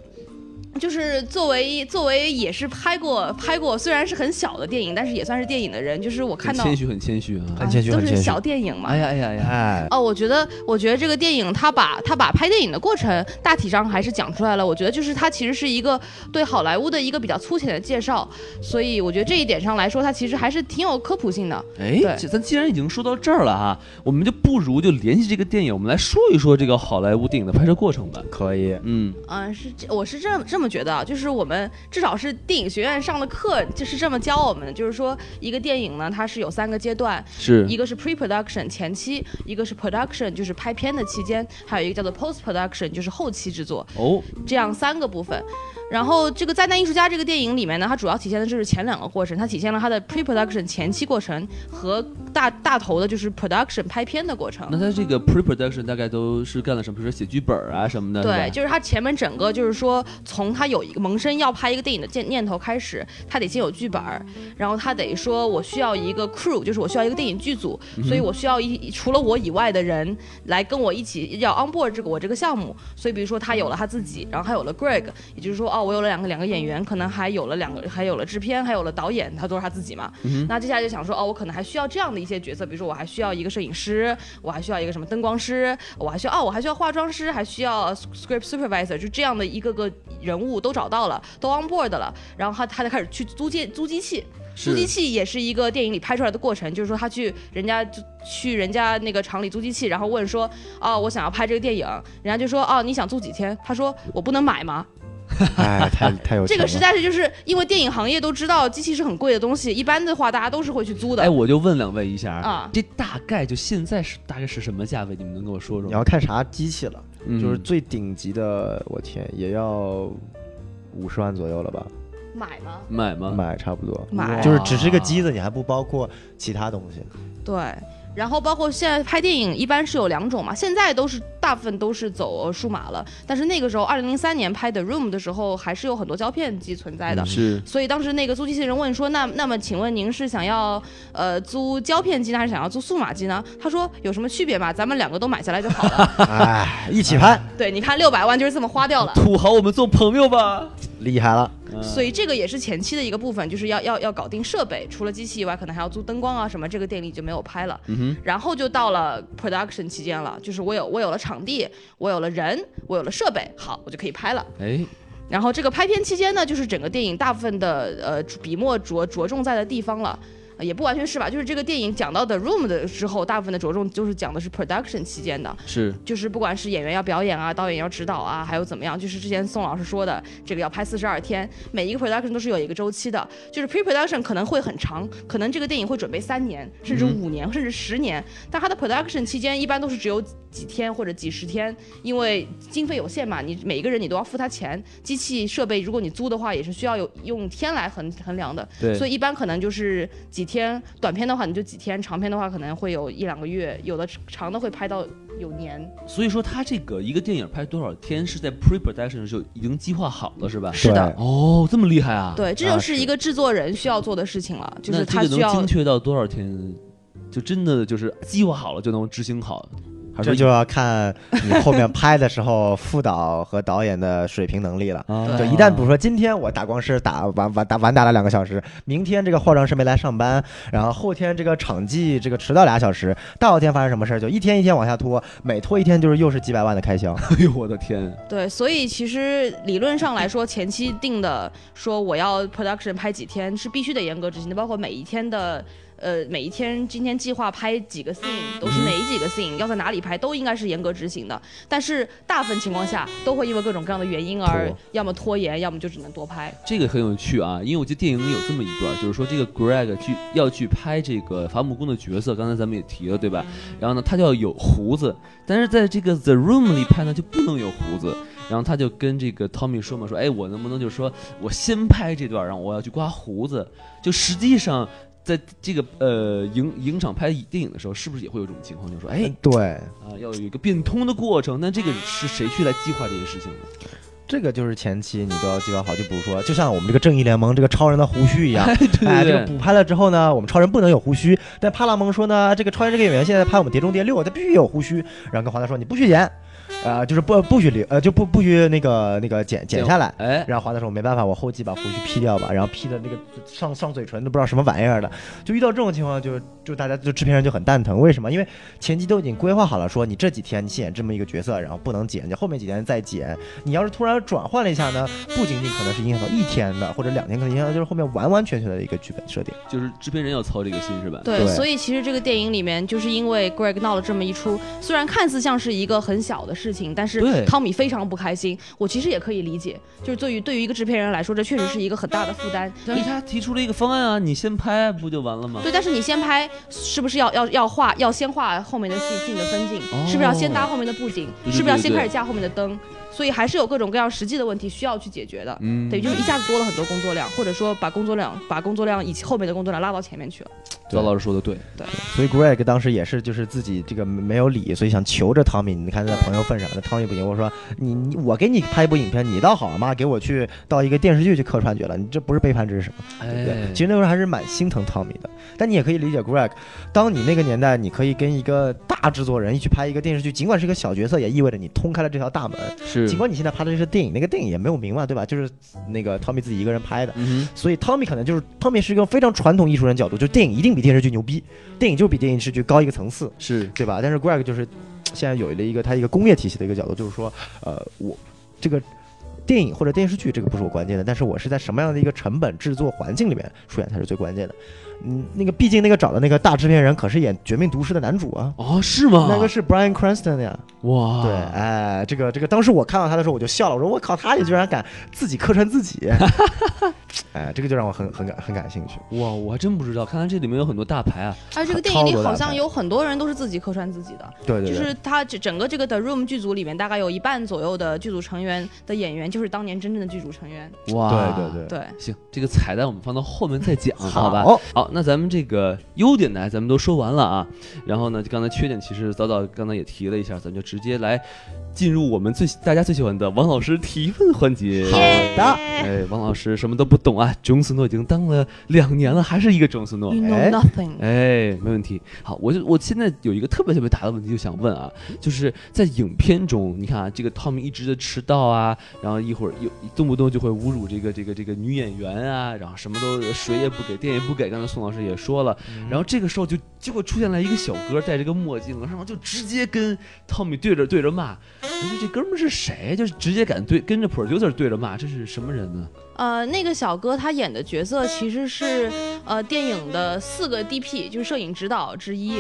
就是作为作为也是拍过拍过，虽然是很小的电影，但是也算是电影的人，就是我看很到谦虚，很谦虚啊。很谦虚啊都很谦是虚小电影嘛，哎呀，哎呀，哎呀，哎，哦，我觉得，我觉得这个电影它把它把拍电影的过程大体上还是讲出来了。我觉得就是它其实是一个对好莱坞的一个比较粗浅的介绍，所以我觉得这一点上来说，它其实还是挺有科普性的。哎对，这咱既然已经说到这儿了哈，我们就不如就联系这个电影，我们来说一说这个好莱坞电影的拍摄过程吧。可以。嗯，嗯，是这，我是这么这么觉得啊，就是我们至少是电影学院上的课就是这么教我们的，就是说一个电影呢，它是有三个阶段，是一个是 pre production 前期，一个是 production 就是拍片的期间，还有一个叫做 post production 就是后期制作。哦，这样三个部分。然后这个《灾难艺术家》这个电影里面呢，它主要体现的就是前两个过程，它体现了它的 pre production 前期过程和大大头的就是 production 拍片的过程那。他这个 pre production 大概都是干了什么？比如说写剧本啊什么的，对，是吧就是他前面整个就是说，从他有一个萌生要拍一个电影的念念头开始，他得先有剧本儿，然后他得说我需要一个 crew，就是我需要一个电影剧组，所以我需要一除了我以外的人来跟我一起要 on board 这个我这个项目。所以比如说他有了他自己，然后还有了 Greg，也就是说哦，我有了两个两个演员，可能还有了两个，还有了制片，还有了导演，他都是他自己嘛。那接下来就想说哦，我可能还需要这样的一些角色，比如说我还需要一个摄影师，我还需要一个什么灯光师，我还需要哦，我还需要化妆师，还需要 script supervisor，就这样的一个个人物都找到了，都 on board 了，然后他他就开始去租借租机器，租机是器也是一个电影里拍出来的过程，就是说他去人家就去人家那个厂里租机器，然后问说哦，我想要拍这个电影，人家就说哦，你想租几天？他说我不能买吗？ [laughs] 哎，太太有这钱个了。实在是就是因为电影行业都知道机器是很贵的东西，一般的话大家都是会去租的。哎，我就问两位一下啊这大概就现在是大概是什么价位？你们能跟我说说你吗？要看啥机器了？嗯就是最顶级的，我天，也要五十万左右了吧？买吗？买吗？买差不多，买就是只是个机子，你还不包括其他东西。对，然后包括现在拍电影一般是有两种嘛，现在都是大部分都是走呃数码了，但是那个时候二零零三年拍的《Room》的时候，还是有很多胶片机存在的。是所以当时那个租机器人问说：“那那么，请问您是想要呃租胶片机呢，还是想要租数码机呢？”他说：“有什么区别吗？咱们两个都买下来就好了。 [laughs] [laughs] 哎，一起拍，”对，你看六百万就是这么花掉了。土豪，我们做朋友吧。厉害了！嗯所以这个也是前期的一个部分，就是要要要搞定设备，除了机器以外，可能还要租灯光啊什么，这个电影里就没有拍了。嗯然后就到了 production 期间了，就是我有我有了场地，我有了人，我有了设备，好，我就可以拍了。哼，哎，然后这个拍片期间呢，就是整个电影大部分的呃笔墨着着重在的地方了。呃也不完全是吧，就是这个电影讲到的 room 的之后，大部分的着重就是讲的是 production 期间的，是就是不管是演员要表演啊，导演要指导啊，还有怎么样，就是之前宋老师说的，这个要拍四十二天，每一个 production 都是有一个周期的，就是 pre production 可能会很长，可能这个电影会准备三年，甚至五年，甚至十年，但它的 production 期间一般都是只有几天或者几十天，因为经费有限嘛，你每一个人你都要付他钱，机器设备如果你租的话，也是需要有用天来衡衡量的，对所以一般可能就是几天，短片的话你就几天，长片的话可能会有一两个月，有的长的会拍到有年。所以说他这个一个电影拍多少天是在 pre production 的时候已经计划好了，是吧？是的对，哦，这么厉害啊！，对，这啊就是一个制作人需要做的事情了，就是那他这个需能要精确到多少天？就真的就是计划好了就能执行好，还这是就要看你后面拍的时候 [laughs] 副导和导演的水平能力了。啊，就对一旦比如说今天我打光师打完完打完打了两个小时，明天这个化妆师没来上班，然后后天这个场记这个迟到俩小时，大后天发生什么事儿就一天一天往下拖，每拖一天就是又是几百万的开销。 [laughs] 哎呦我的天，对，所以其实理论上来说，前期定的说我要 production 拍几天是必须得严格执行的，包括每一天的。呃，每一天今天计划拍几个 scene，都是哪几嗯个 scene，要在哪里拍，都应该是严格执行的。但是大部分情况下都会因为各种各样的原因而拖要么拖延，要么就只能多拍。这个很有趣啊！因为我记得电影里有这么一嗯段，就是说这个 Greg 去要去拍这个伐木工的角色，刚才咱们也提了，对吧？嗯然后呢，他就要有胡子，但是在这个 The Room 里拍呢就不能有胡子。然后他就跟这个 Tommy 说嘛，说哎，我能不能就说我先拍这段，然后我要去刮胡子？就实际上在这个呃影影厂拍电影的时候，是不是也会有这种情况，就说哎 [laughs] 对，啊、要有一个变通的过程？但这个是谁去来计划这些事情呢？[laughs] 这个就是前期你都要计划好，就比如说，就像我们这个正义联盟这个超人的胡须 [laughs] 一样，对对哎，这对个补拍了之后呢，我们超人不能有胡须。但帕拉蒙说呢，这个超人这个演员现在拍我们《碟中谍六》，他必须有胡须。然后跟华纳说，你不许剪，啊、就是不不许留，呃，就不不许那个那个剪剪下来。哎，然后华纳说，我没办法，我后期把胡须 P 掉吧。然后 P 的那个上上嘴唇都不知道什么玩意儿的，就遇到这种情况就，就大家就制片人就很蛋疼。为什么？因为前期都已经规划好了，说你这几天你演这么一个角色，然后不能剪，你后面几天再剪。你要是突然转换了一下呢，不仅仅可能是影响到一天的或者两天，可能影响到就是后面完完全全的一个剧本设定。就是制片人要操这个心是吧？对，对所以其实这个电影里面，就是因为 Greg 闹了这么一出，虽然看似像是一个很小的事情，但对是汤米非常不开心。我其实也可以理解，就是对于对于一个制片人来说，这确实是一个很大的负担。但是他提出了一个方案啊，你先拍不就完了吗？对，但是你先拍，是不是要要要画，要先画后面的戏进的分镜，哦是不是要先搭后面的布景，对对是不是要对先对开始架后面的灯？所以还是有各种各样实际的问题需要去解决的。嗯等于就是一下子多了很多工作量，或者说把工作量把工作量以及后面的工作量拉到前面去了。高老师说的对，所以 Greg 当时也是就是自己这个没有理，所以想求着汤米，你看在朋友份上，那汤米不行，我说你你我给你拍一部影片，你倒好嘛，给我去到一个电视剧去客串去了，你这不是背叛知识吗？对不哎哎对？其实那时候还是蛮心疼汤米的，但你也可以理解 Greg，当你那个年代，你可以跟一个大制作人一起拍一个电视剧，尽管是一个小角色，也意味着你通开了这条大门。是尽管你现在拍的这是电影，那个电影也没有名嘛，对吧？就是那个汤米自己一个人拍的。嗯所以汤米可能就是汤米是一个非常传统艺术人角度，就是电影一定比电视剧牛逼，电影就比电视剧高一个层次，哼，是对吧？但是 Greg 就是现在有了一个他一个工业体系的一个角度，就是说，呃，我这个电影或者电视剧这个不是我关键的，但是我是在什么样的一个成本制作环境里面出演才是最关键的。嗯，那个毕竟那个找的那个大制片人可是演《绝命毒师》的男主啊。哦，是吗？那个是 Brian Cranston 呀，哇，对，哎，这个这个，当时我看到他的时候我就笑了，我说我靠，他也居然敢自己客串自 [laughs] 己，哎，这个就让我很很感很感兴趣。哇，我还真不知道，看来这里面有很多大牌啊，而这个电影里好像有很多人都是自己客串自己的，对对就对，是他整整个这个 The Room 剧组里面，大概有一半左右的剧组成员的演员就是当年真正的剧组成员。哇，对对对。对，行，这个彩蛋我们放到后面再讲，好吧？好哦好，那咱们这个优点呢，咱们都说完了啊。然后呢，就刚才缺点其实早早刚才也提了一下，咱们就直接来进入我们最大家最喜欢的王老师提问环节。好的，哎，王老师什么都不懂啊，琼斯诺已经当了两年了，还是一个琼斯诺。 You know 哎 nothing，、哎，没问题。好，我就我现在有一个特别特别大的问题，就想问啊，就是在影片中，你看啊，这个 Tom 一直的迟到啊，然后一会儿又动不动就会侮辱这个这个这个女演员啊，然后什么都水也不给，电也不给。刚才宋老师也说了，然后这个时候就就会出现来一个小哥戴着个墨镜，然后就直接跟 Tom 对着对着骂，我说这哥们儿是谁？就是直接敢对跟着 producer 对着骂，这是什么人呢？呃，那个小哥他演的角色其实是呃电影的四个 DP，就是摄影指导之一，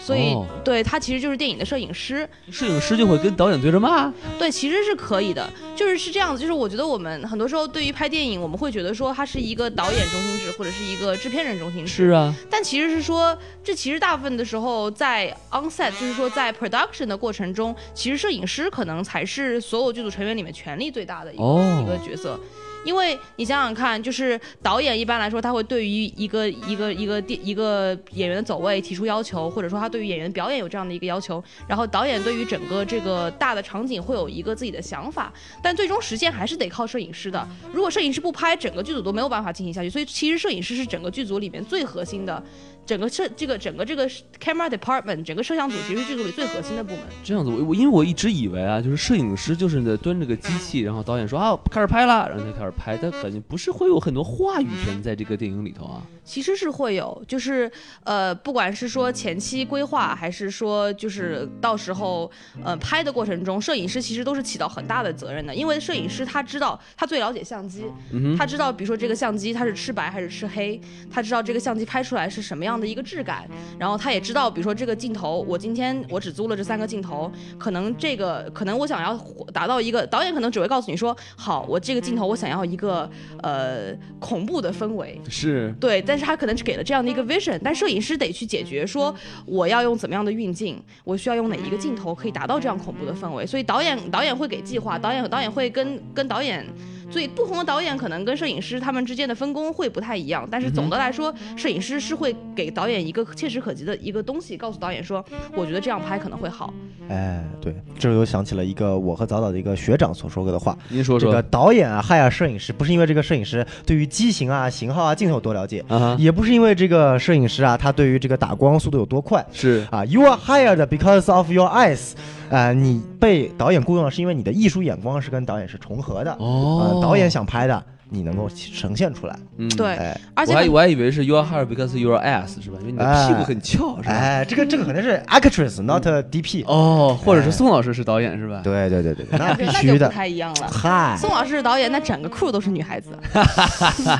所以、哦对他其实就是电影的摄影师，摄影师就会跟导演对着骂？对，其实是可以的，就是是这样子，就是我觉得我们很多时候对于拍电影，我们会觉得说它是一个导演中心制或者是一个制片人中心制，是啊，但其实是说这其实大部分的时候在 on set，就是说在 production 的过程中，其实摄影师可能才是所有剧组成员里面权力最大的一个、哦一个角色。因为你想想看，就是导演一般来说，他会对于一个一个一个电一个演员的走位提出要求，或者说他对于演员的表演有这样的一个要求，然后导演对于整个这个大的场景会有一个自己的想法，但最终实现还是得靠摄影师的。如果摄影师不拍，整个剧组都没有办法进行下去。所以其实摄影师是整个剧组里面最核心的，整个摄这个整个这个 camera department 整个摄像组其实是剧组里最核心的部门。这样子，我我因为我一直以为啊，就是摄影师就是呢端着个机器，然后导演说啊开始拍啦，然后他开始拍，但感觉不是会有很多话语权在这个电影里头啊。其实是会有，就是呃，不管是说前期规划，还是说就是到时候呃拍的过程中，摄影师其实都是起到很大的责任的，因为摄影师他知道他最了解相机，嗯他知道比如说这个相机它是吃白还是吃黑，他知道这个相机拍出来是什么样的一个质感，然后他也知道比如说这个镜头，我今天我只租了这三个镜头，可能这个可能我想要达到一个导演可能只会告诉你说，好，我这个镜头我想要一个呃恐怖的氛围，哼，是对，但是他可能只给了这样的一个 vision，但摄影师得去解嗯决说我要用怎么样的运镜，我需要用哪一个镜头嗯可以达到这样恐怖的氛围，所以导演导演会给计划，导演导演会跟跟导演。所以不同的导演可能跟摄影师他们之间的分工会不太一样，但是嗯总的来说，摄影师是会给导演一个切实可及的一个东西，告诉导演说，我觉得这样拍可能会好。嗯哎，对，这又想起了一个我和早早的一个学长所说过的话，您说这说个导演啊，害啊摄影师，不是因为这个摄影师对于机型啊、型号啊、镜头有多了解，啊哈，也不是因为这个摄影师啊，他对于这个打光速度有多快是啊。You are hired because of your eyes，啊，你被导演雇佣了是因为你的艺术眼光是跟导演是重合的，哦啊，，导演想拍的，你能够呈现出来。嗯，对，哎而我且还很我还以为是 your heart because your ass 是吧？因为你的屁股哎很翘是吧？哎，这个这个可能是 actress，not DP。哦，或者是宋老师是导演是吧？哎对对对对，对那必那就须不的。太一样了。嗨，宋老师是导演，那整个 crew 都是女孩子，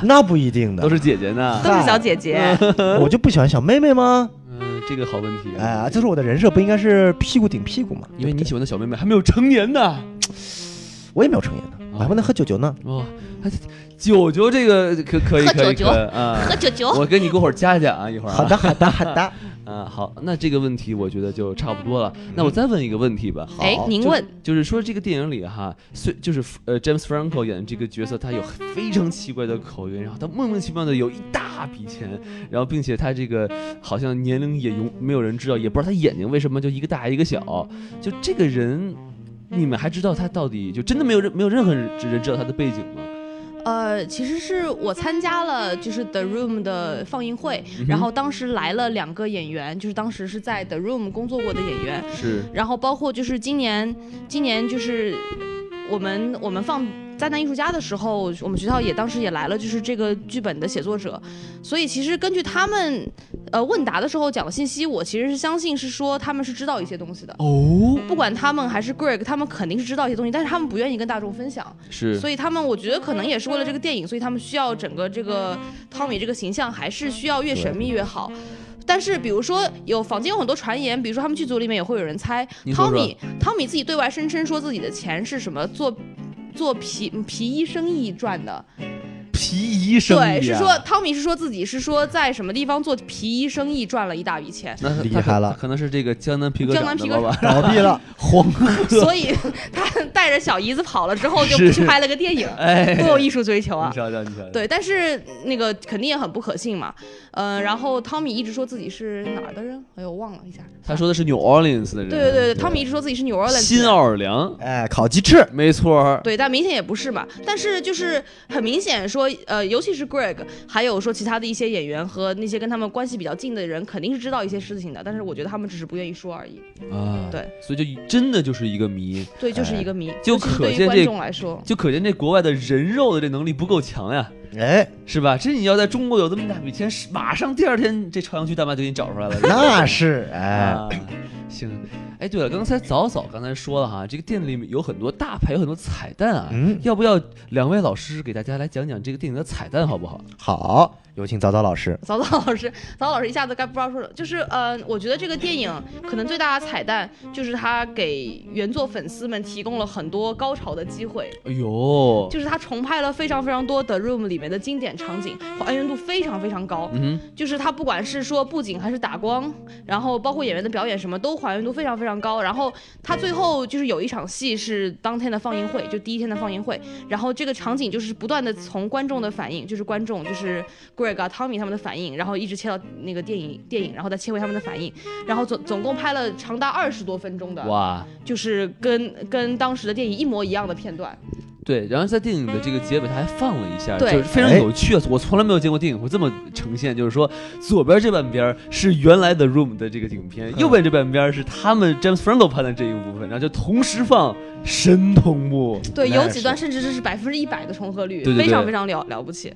那不一定的都，是姐姐呢。都是小姐姐。我就不喜欢小妹妹吗？嗯，这个好问题。哎呀，就是我的人设不应该是屁股顶屁股吗？因为对不你对喜欢的小妹妹还没有成年呢。我也没有成瘾呢，我还不能喝酒酒呢。哦，嗯他九九这个可可以喝可以九九可以啊，喝九九，我跟你过会儿加加啊，一会儿好啊。的，好的，好的。啊，好，那这个问题我觉得就差不多了。那我再问一个问题吧。嗯好哎，您问，就是说这个电影里哈，虽就是呃 James Franco 演的这个角色，他有非常奇怪的口音，然后他莫名其妙的有一大笔钱，然后并且他这个好像年龄也永没有人知道，也不知道他眼睛为什么就一个大一个小，就这个人，你们还知道他到底就真的没有任没有任何人人知道他的背景吗？呃，其实是我参加了就是 The Room 的放映会，然后当时来了两个演员，就是当时是在 The Room 工作过的演员，是然后包括就是今年，今年就是我们我们放。灾难艺术家的时候，我们学校也当时也来了，就是这个剧本的写作者，所以其实根据他们，呃，问答的时候讲的信息，我其实是相信是说他们是知道一些东西的，哦，不管他们还是 Greg，他们肯定是知道一些东西，但是他们不愿意跟大众分享。是所以他们我觉得可能也是为了这个电影，所以他们需要整个这个汤米这个形象还是需要越神秘越好。但是，比如说有坊间有很多传言，比如说他们剧组里面也会有人猜您说汤说米，汤米自己对外声称说自己的钱是什么做做皮皮衣生意赚的，皮衣生意、啊，对，是说汤米是说自己是说在什么地方做皮衣生意赚了一大笔 [laughs] 钱，那他厉他可害了他可能是这个江南皮革江厂南的皮老革板倒闭了， [laughs] 黄所以 [laughs] 他带着小姨子跑了之后就不是去拍了个电影，哎，多有艺术追求啊你！瞧瞧，你瞧瞧，对，但是那个肯定也很不可信嘛。呃，然后汤米一直说自己是哪儿的人，哎呦，我忘了一下。他说的是 New Orleans 的人，对对对对，汤米一直说自己是 New Orleans 新人奥尔良，哎，烤鸡翅，没错儿，对，但明显也不是嘛。但是就是很明显说，呃，尤其是 Greg，还有说其他的一些演员和那些跟他们关系比较近的人，肯定是知道一些事情的。但是我觉得他们只是不愿意说而已。啊，对，所以就真的就是一个谜，对，就是一个谜，哎就尤其是可对于见观这众来说，就可见这国外的人肉的这能力不够强呀，哎，是吧？这你要在中国有这么大笔钱，是马上第二天这朝阳区大妈就给你找出来 [laughs] 了。那是哎，啊，行。哎，对了，刚才早早刚才说了哈，这个店里有很多大牌，有很多彩蛋啊。[laughs] 嗯要不要两位老师给大家来讲讲这个电影的彩蛋好不好？好，有请早早老 [laughs] 师。早早老师，早早老师一下子该不知道说了，就是呃，我觉得这个电影可能最大的彩蛋就是他给原作粉丝们提供了很多高潮的机会，哎呦，就是他重拍了非常非常多的《Room》里面的经典场景，还原度非常非常高。嗯就是他不管是说布景还是打光，然后包括演员的表演什么，都还原度非常非常高。然后他最后就是有一场戏是当天的放映会，就第一天的放映会，然后这个场景就是不断的从观众的反应，就是观众就是 Greg 啊、Tommy 他们的反应，然后一直切到那个电影电影，然后再切回他们的反应，然后总总共拍了长达二十多分钟哼，的，哇，就是跟跟当时的电影一模一样的片段。对，然后在电影的这个结尾，他还放了一下，就对是非常有趣啊！我从来没有见过电影会这么呈现，就是说左边这半边儿是原来的 Room 的这个影片，右边这半边儿是他们 James Franco 拍的这一部分，然后就同时放，神同步。对，那有也几是段甚至是百分之一百的重合率，对对对非常非常了了不起。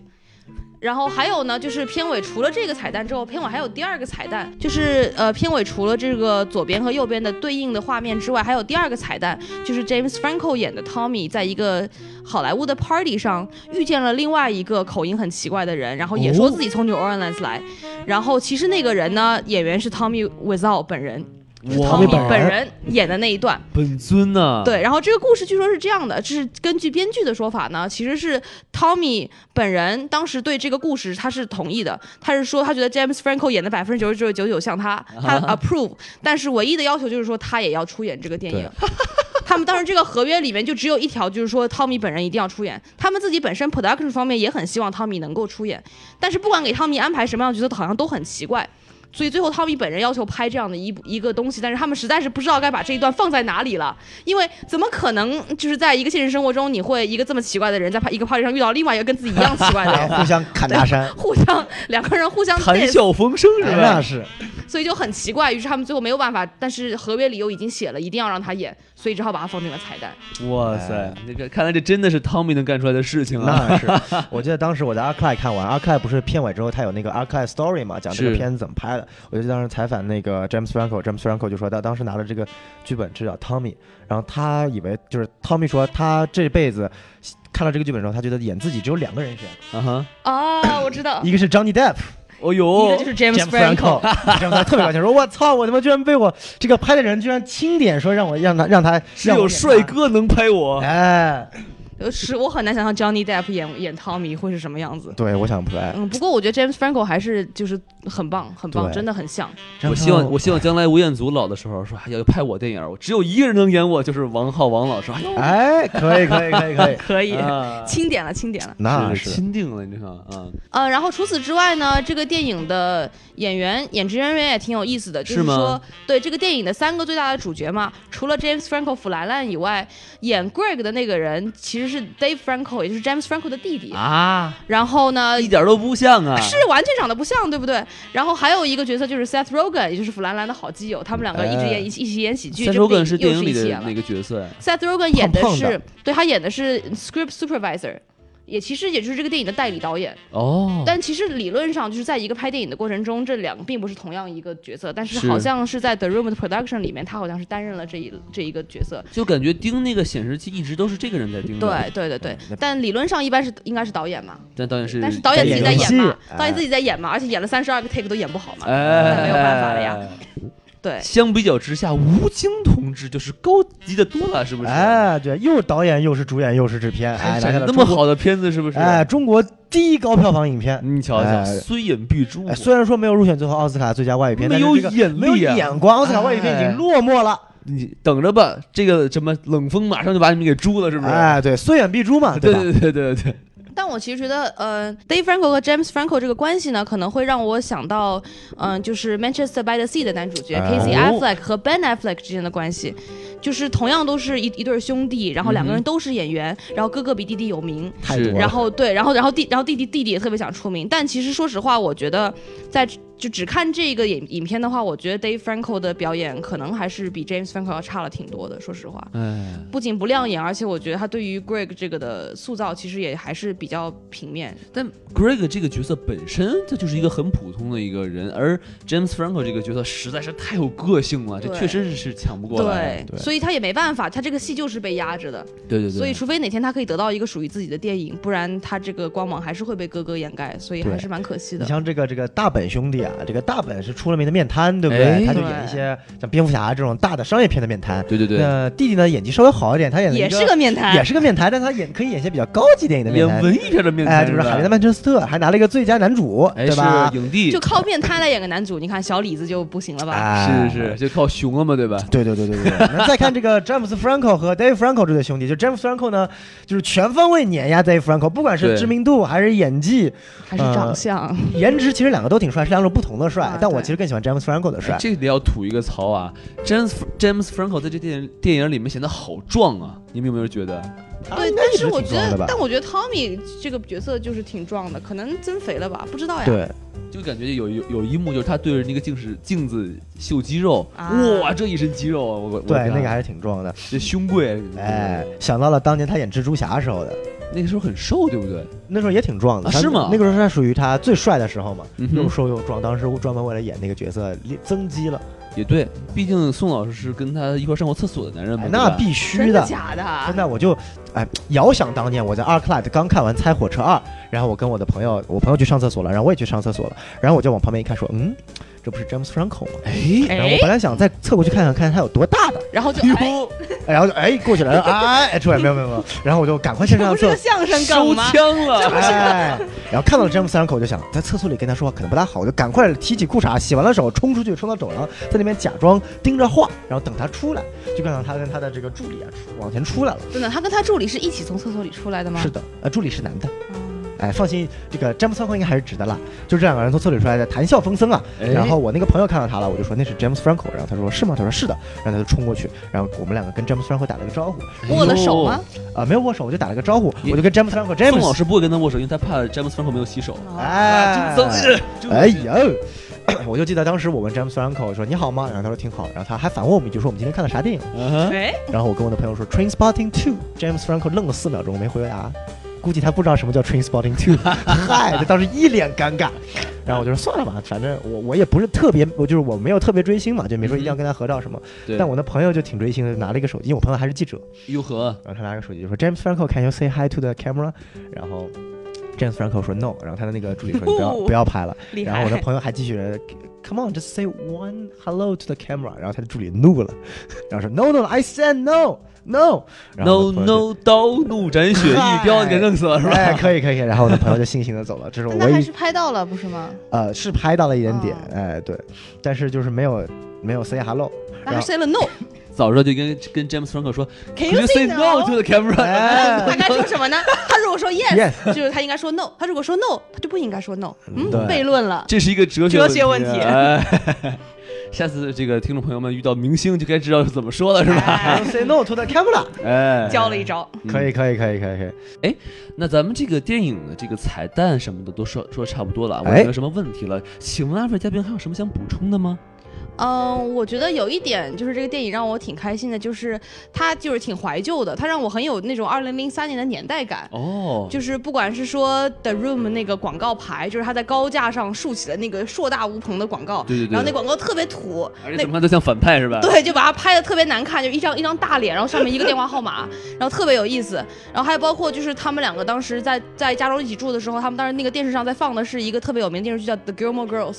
然后还有呢，就是片尾除了这个彩蛋之后，片尾还有第二个彩蛋，就是呃，片尾除了这个左边和右边的对应的画面之外，还有第二个彩蛋，就是 James Franco 演的 Tommy 在一个好莱坞的 party 上遇见了另外一个口音很奇怪的人，然后也说自己从 New Orleans 来，然后其实那个人呢，演员是 Tommy Wiseau 本人，是哇 Tommy 本人演的那一段。本尊呐、，对，然后这个故事据说是这样的，这是根据编剧的说法呢，其实是 Tommy 本人当时对这个故事他是同意的，他是说他觉得 James Franco 演的百分之九十九九九像他，他 approve，但是唯一的要求就是说他也要出演这个电影。他们当时这个合约里面就只有一条，就是说 Tommy 本人一定要出演。他们自己本身 production 方面也很希望 Tommy 能够出演，但是不管给 Tommy 安排什么样的角色，好像都很奇怪。所以最后 Tommy 本人要求拍这样的一部一个东西，但是他们实在是不知道该把这一段放在哪里了。因为怎么可能就是在一个现实生活中，你会一个这么奇怪的人在一个 party 上遇到另外一个跟自己一样奇怪的哎 [laughs] 人，互相砍大山，互相两个人互相谈 diss，笑风生是哎吧那？是所以就很奇怪。于是他们最后没有办法，但是合约里又已经写了，一定要让他演，所以只好把他放进了彩蛋。哇塞，那个哎看来这真的是 Tommy 能干出来的事情啊！[laughs] [laughs] 那是。我记得当时我在 Archive 看完，Archive 不是片尾之后他有那个 Archive Story 嘛，讲这是个片子怎么拍的。我就当时采访那个 James Franco，James Franco 就说他当时拿了这个剧本是叫 Tommy，然后他以为就是 Tommy 说他这辈子看到这个剧本之后，他觉得演自己只有两个人选，啊哈，啊，我知道，一个是 Johnny Depp。哦一个呦就，是 James [laughs] James Franco，然后他特别高兴，说：“我操，我他妈居然被我这个拍的人居然钦点，说让我让他让他只有帅。哥能拍让我我。演他”哎，呃是我很难想象 Johnny Depp 演演 Tommy 会是什么样子。对，我想不出来。嗯，不过我觉得 James Franco 还是就是很棒，很棒，对真的很像。我希望，我希望将来吴彦祖老的时候说哎要拍我电影，我只有一个人能演我，就是王浩王老师。哎呦， [laughs] 哎，可以可以可以 [laughs] 可以，可以，啊钦呃点了，钦点了。那是是钦啊定了，你看啊，呃，然后除此之外呢，这个电影的演员、演职人员也挺有意思的，就是吗说，对这个电影的三个最大的主角嘛，除了 James Franco 弗兰兰以外，演 Greg 的那个人其实是 Dave Franco，也就是 James Franco 的弟弟。啊，然后呢，一点都不像啊，是完全长得不像，对不对？然后还有一个角色就是 Seth Rogen，也就是弗兰兰的好基友，他们两个一直演、哎一起一起演喜剧，三这周部更是电又是影一里起的演了哪。个角色呀？ Seth Rogen 演的胖是，胖的对他演的是 script supervisor，也其实也就是这个电影的代理导演。哦，但其实理论上就是在一个拍电影的过程中，这两个并不是同样一个角色，但是是好像是在 The Room 的 production 里面，他好像是担任了这一这一个角色。就感觉盯那个显示器一直都是这个人在盯着，对，对对对嗯那，但理论上一般是应该是导演嘛，但导演是，但是导演自己在演演戏嘛，哎导演自己在演嘛，而且演了三十二个 take 都演不好嘛，哎，没有办法了呀。对，相比较之下，吴京同志就是高级的多了，是不是？，哎，对，又导演又是主演又是制片，哎，拿下了那么中国，好的片子，是嗯不是？哎，，中国第一高票房影片。你瞧瞧，哎虽隐必诛啊哎，，虽然说没有入选最后奥斯卡最佳外语片，没但是有这个眼没有力啊眼光，奥斯卡外语片已哎经落寞了。你等着吧，这个什么冷风马上就把你们给诛了，是不是？哎，对，虽远必诛嘛，对吧？对对对对，但我其实觉得，呃，Dave Franco 和 James Franco 这个关系呢，可能会让我想到，嗯、就是《Manchester by the Sea》的男主角哦哎 Casey Affleck 和 Ben Affleck 之间的关系，就是同样都是一一对儿兄弟，然后两个嗯人哼都是演员，然后哥哥比弟弟有名，太是多了。然后对，然后然后弟然后弟弟弟弟也特别想出名，但其实说实话，我觉得在就只看这个影影片的话，我觉得 Dave Franco 的表演可能还是比 James Franco 要差了挺多的。说实话，哎，不仅不亮眼，而且我觉得他对于 Greg 这个的塑造其实也还是比较平面。但 Greg 这个角色本身他就是一个很普通的一个人，而 James Franco 这个角色实在是太有个性了，这对确实是抢不过来。对，对所以他也没办法，他这个戏就是被压着的。对对对，所以，除非哪天他可以得到一个属于自己的电影，不然他这个光芒还是会被哥哥掩盖，所以还对是蛮可惜你的。像这个这个大本兄弟啊，这个大本是出了名的面瘫，对不对？哎他就演一些像蝙蝠侠这种大的商业片的面瘫。对对对，那弟弟呢，演技稍微好一点，他演的也一是个面瘫，也是个面瘫，但他演可以演一些比较高级电影的面演瘫。文艺片的面哎，瘫，就是《吧海边的曼彻斯特》，还拿了一个最佳男主，哎对吧是？影帝就，靠面瘫来演个男主，你看小李子就不行了吧？哎是是，就靠熊了嘛，对吧？对对对对 [laughs] 对，那再看这个詹姆斯·弗兰克和 Dave Franco 这对兄弟，就詹姆斯·弗兰克呢，就是全方位碾压 Dave Franco，不管对是知名度还是演技、还是长啊相，颜值，其实两个都挺帅，是两种不同的帅。啊但我对其实更喜欢詹姆斯·弗兰克的帅。哎这里要吐一个槽啊，James James Franco 在这电影电影里面显得好壮啊，你们有没有觉得？哎对啊应，该但一直是我挺觉壮的得吧，但我觉得 Tommy 这个角色就是挺壮的，可能增肥了吧，不知道呀。对，就感觉有有有一幕就是他对着那个镜子镜子秀肌肉，啊哇，这一身肌肉啊，我我对，那个还还是挺壮的。这胸贵，哎，想到了当年他演蜘蛛侠时候的，那个时候很瘦，对不对？那时候也挺壮的。啊他是吗那个时候他属于他最帅的时候嘛，嗯又哼，瘦又壮。当时我专门为了演那个角色练增肌了，也对，毕竟宋老师是跟他一块上过厕所的男人嘛，嗯哎对那吧必须真的的。假的？真的，我就哎，遥想当年我在二 class 刚看完《猜火车二》，然后我跟我的朋友，我朋友去上厕所了，然后我也去上厕所了，然后我就往旁边一看，说，嗯，这不是 James Franco 吗？哎，然后我哎，本来想再侧过去看看，看他有多大的，然后就哎，哟，哎然后就哎过去了，然后哎哎出来没有没有没有，然后我就赶快先这上不是厕个所。相声收梗吗？枪了，哎，然后看到了詹姆斯·兰口，我就想在厕所里跟他说话可能不大好，我就赶快提起裤衩，洗完了手冲出去，冲到走廊，在那边假装盯着画，然后等他出来，就看到他跟他的这个助理啊出往前出来了。真的，他跟他助理是一起从厕所里出来的吗？是的，呃，助理是男的。嗯哎，放心，这个詹姆斯·franco 应该还是直的啦，就这两个人从厕所里出来的，谈笑风生啊。哎然后我那个朋友看到他了，我就说那是詹姆斯· franco，然后他说是吗？他说是的，然后他就冲过去，然后我们两个跟詹姆斯· franco 打了个招呼，哎呦握了手吗？？啊、没有握手，我就打了个招呼，你我就跟詹姆斯· franco 詹宋姆老斯，师不会跟他握手，因为他怕詹姆斯·范克没有洗手。哎，真哎呦。我就记得当时我问詹姆斯· franco 说你好吗？然后他说挺好，然后他还反问我们一句说我们今天看了啥电影？哎，哎，然后我跟我的朋友说 Train Spotting Two。James Franco 愣了四秒钟没回答，估计他不知道什么叫 Train Spotting Two。嗨， [laughs] 他当时一脸尴尬。然后我就说算了吧，反正我我也不是特别，我就是我没有特别追星嘛，就没说一定要跟他合照什么。对，但我那朋友就挺追星的，拿了一个手机，因为我朋友还是记者，呦呵，然后他拿个手机就说 James Franco，can you say hi to the camera？然后 James Franco 说 no，然后他的那个助理说你不要不要拍了。厉害！然后我的朋友还继续，Come on，just say one hello to the camera。然后他的助理怒了， [laughs] 然后说 No no，I said no no 然后 No 我的朋友就。 No 刀怒斩雪一镖，你给弄死了是吧？ [laughs] 哎，可以可以，可以然后我的朋友就悻悻的走了。这是我那还唯一是拍到了不是吗？呃是拍到了一点点哦，哎对，但是就是没有没有 [laughs] say hello，那然还后 say 了 [laughs] no，早知道就跟跟 James Franco 说，Can ，Can you you say say no to the camera？他哎该说什么呢？他如果说 yes， yes，就是他应该说 no；他如果说 no，他就不应该说 no。嗯，对悖论了。这是一个哲哲学问题。题哎 [laughs] 下次这个听众朋友们遇到明星就该知道怎么说了是吧？哎 say no to the camera，哎，教了一招，嗯可以可以可以可以可以，嗯那咱们这个电影的这个彩蛋什么的都说说差不多了啊，我哎没有什么问题了。请问二位嘉宾还有什么想补充的吗？嗯，我觉得有一点就是这个电影让我挺开心的，就是它就是挺怀旧的，它让我很有那种二零零三年的年代感。哦，就是不管是说 The Room 那个广告牌，就是它在高架上竖起的那个硕大无朋的广告，对对对，然后那广告特别土，而那且怎么看都像反派是吧？对，就把它拍的特别难看，就一张一张大脸，然后上面一个电话号码， [laughs] 然后特别有意思。然后还有包括就是他们两个当时在在加州一起住的时候，他们当时那个电视上在放的是一个特别有名的电视剧叫《The Gilmore Girls》，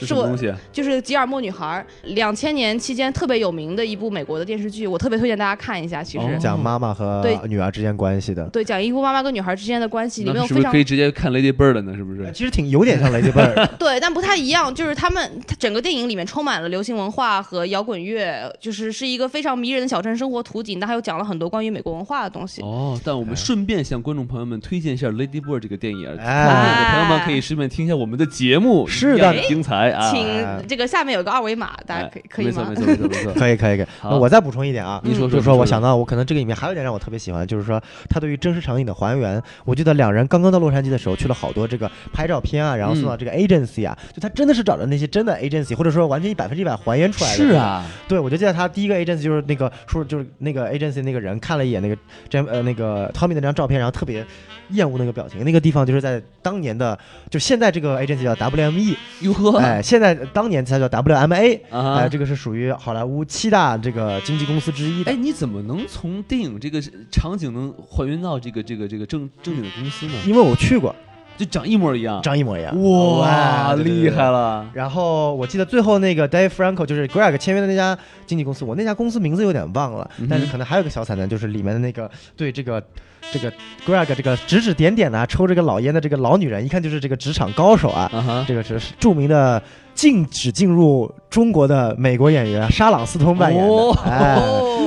是什是么我东西？就是《吉尔莫女孩》，两千年期间特别有名的一部美国的电视剧，我特别推荐大家看一下。其实，哦讲妈妈和对女儿之间关系的，对，讲一部妈妈跟女孩之间的关系，里面那有是不非是常呃可以直接看 Lady Bird 了呢？是不是？其实挺有点像 Lady Bird，的 [laughs] 对，但不太一样。就是他们，它整个电影里面充满了流行文化和摇滚乐，就是是一个非常迷人的小镇生活图景，但还有讲了很多关于美国文化的东西。哦，但我们顺便向观众朋友们推荐一下《Lady Bird》这个电影，哎看电影的朋友们可以顺便听一下我们的节目，是的一样精彩啊！请这个下面有个二维码，打，大家可以哎可以没错吗没？错没错没错。 [laughs] 可以可以可以。好那我再补充一点啊，你说就说，是说，你我想到我可能这个里面还有一点让我特别喜欢，就是说他对于真实场景的还原。我记得两人刚刚到洛杉矶的时候，去了好多这个拍照片啊，然后送嗯到这个 agency 啊，就他真的是找的那些真的 agency，或者说完全一百分之一百还原出来的。是，啊，对，我就记得他第一个 agency 就是那个说就是那个 agency 那个人看了一眼那个詹呃那个 Tommy 的那张照片，然后特别厌恶那个表情。那个地方就是在当年的，就现在这个 agency 叫 WME，哟呵，哎，现在当年才叫 WMA，啊，哎，这个是属于好莱坞七大这个经纪公司之一的。哎，你怎么能从电影这个场景能还原到这个这个这个正正经的公司呢？因为我去过，就长一模一样，长一模一样。哇，对对对厉害了！然后我记得最后那个 Dave Franco 就是 Greg 签约的那家经纪公司，我那家公司名字有点忘了嗯哼，但是可能还有个小彩蛋，就是里面的那个对这个这个 Greg 这个指指点点的、啊、抽这个老烟的这个老女人，一看就是这个职场高手啊。啊哈，这个是著名的禁止进入中国的美国演员沙朗斯通扮演的。哦哎哎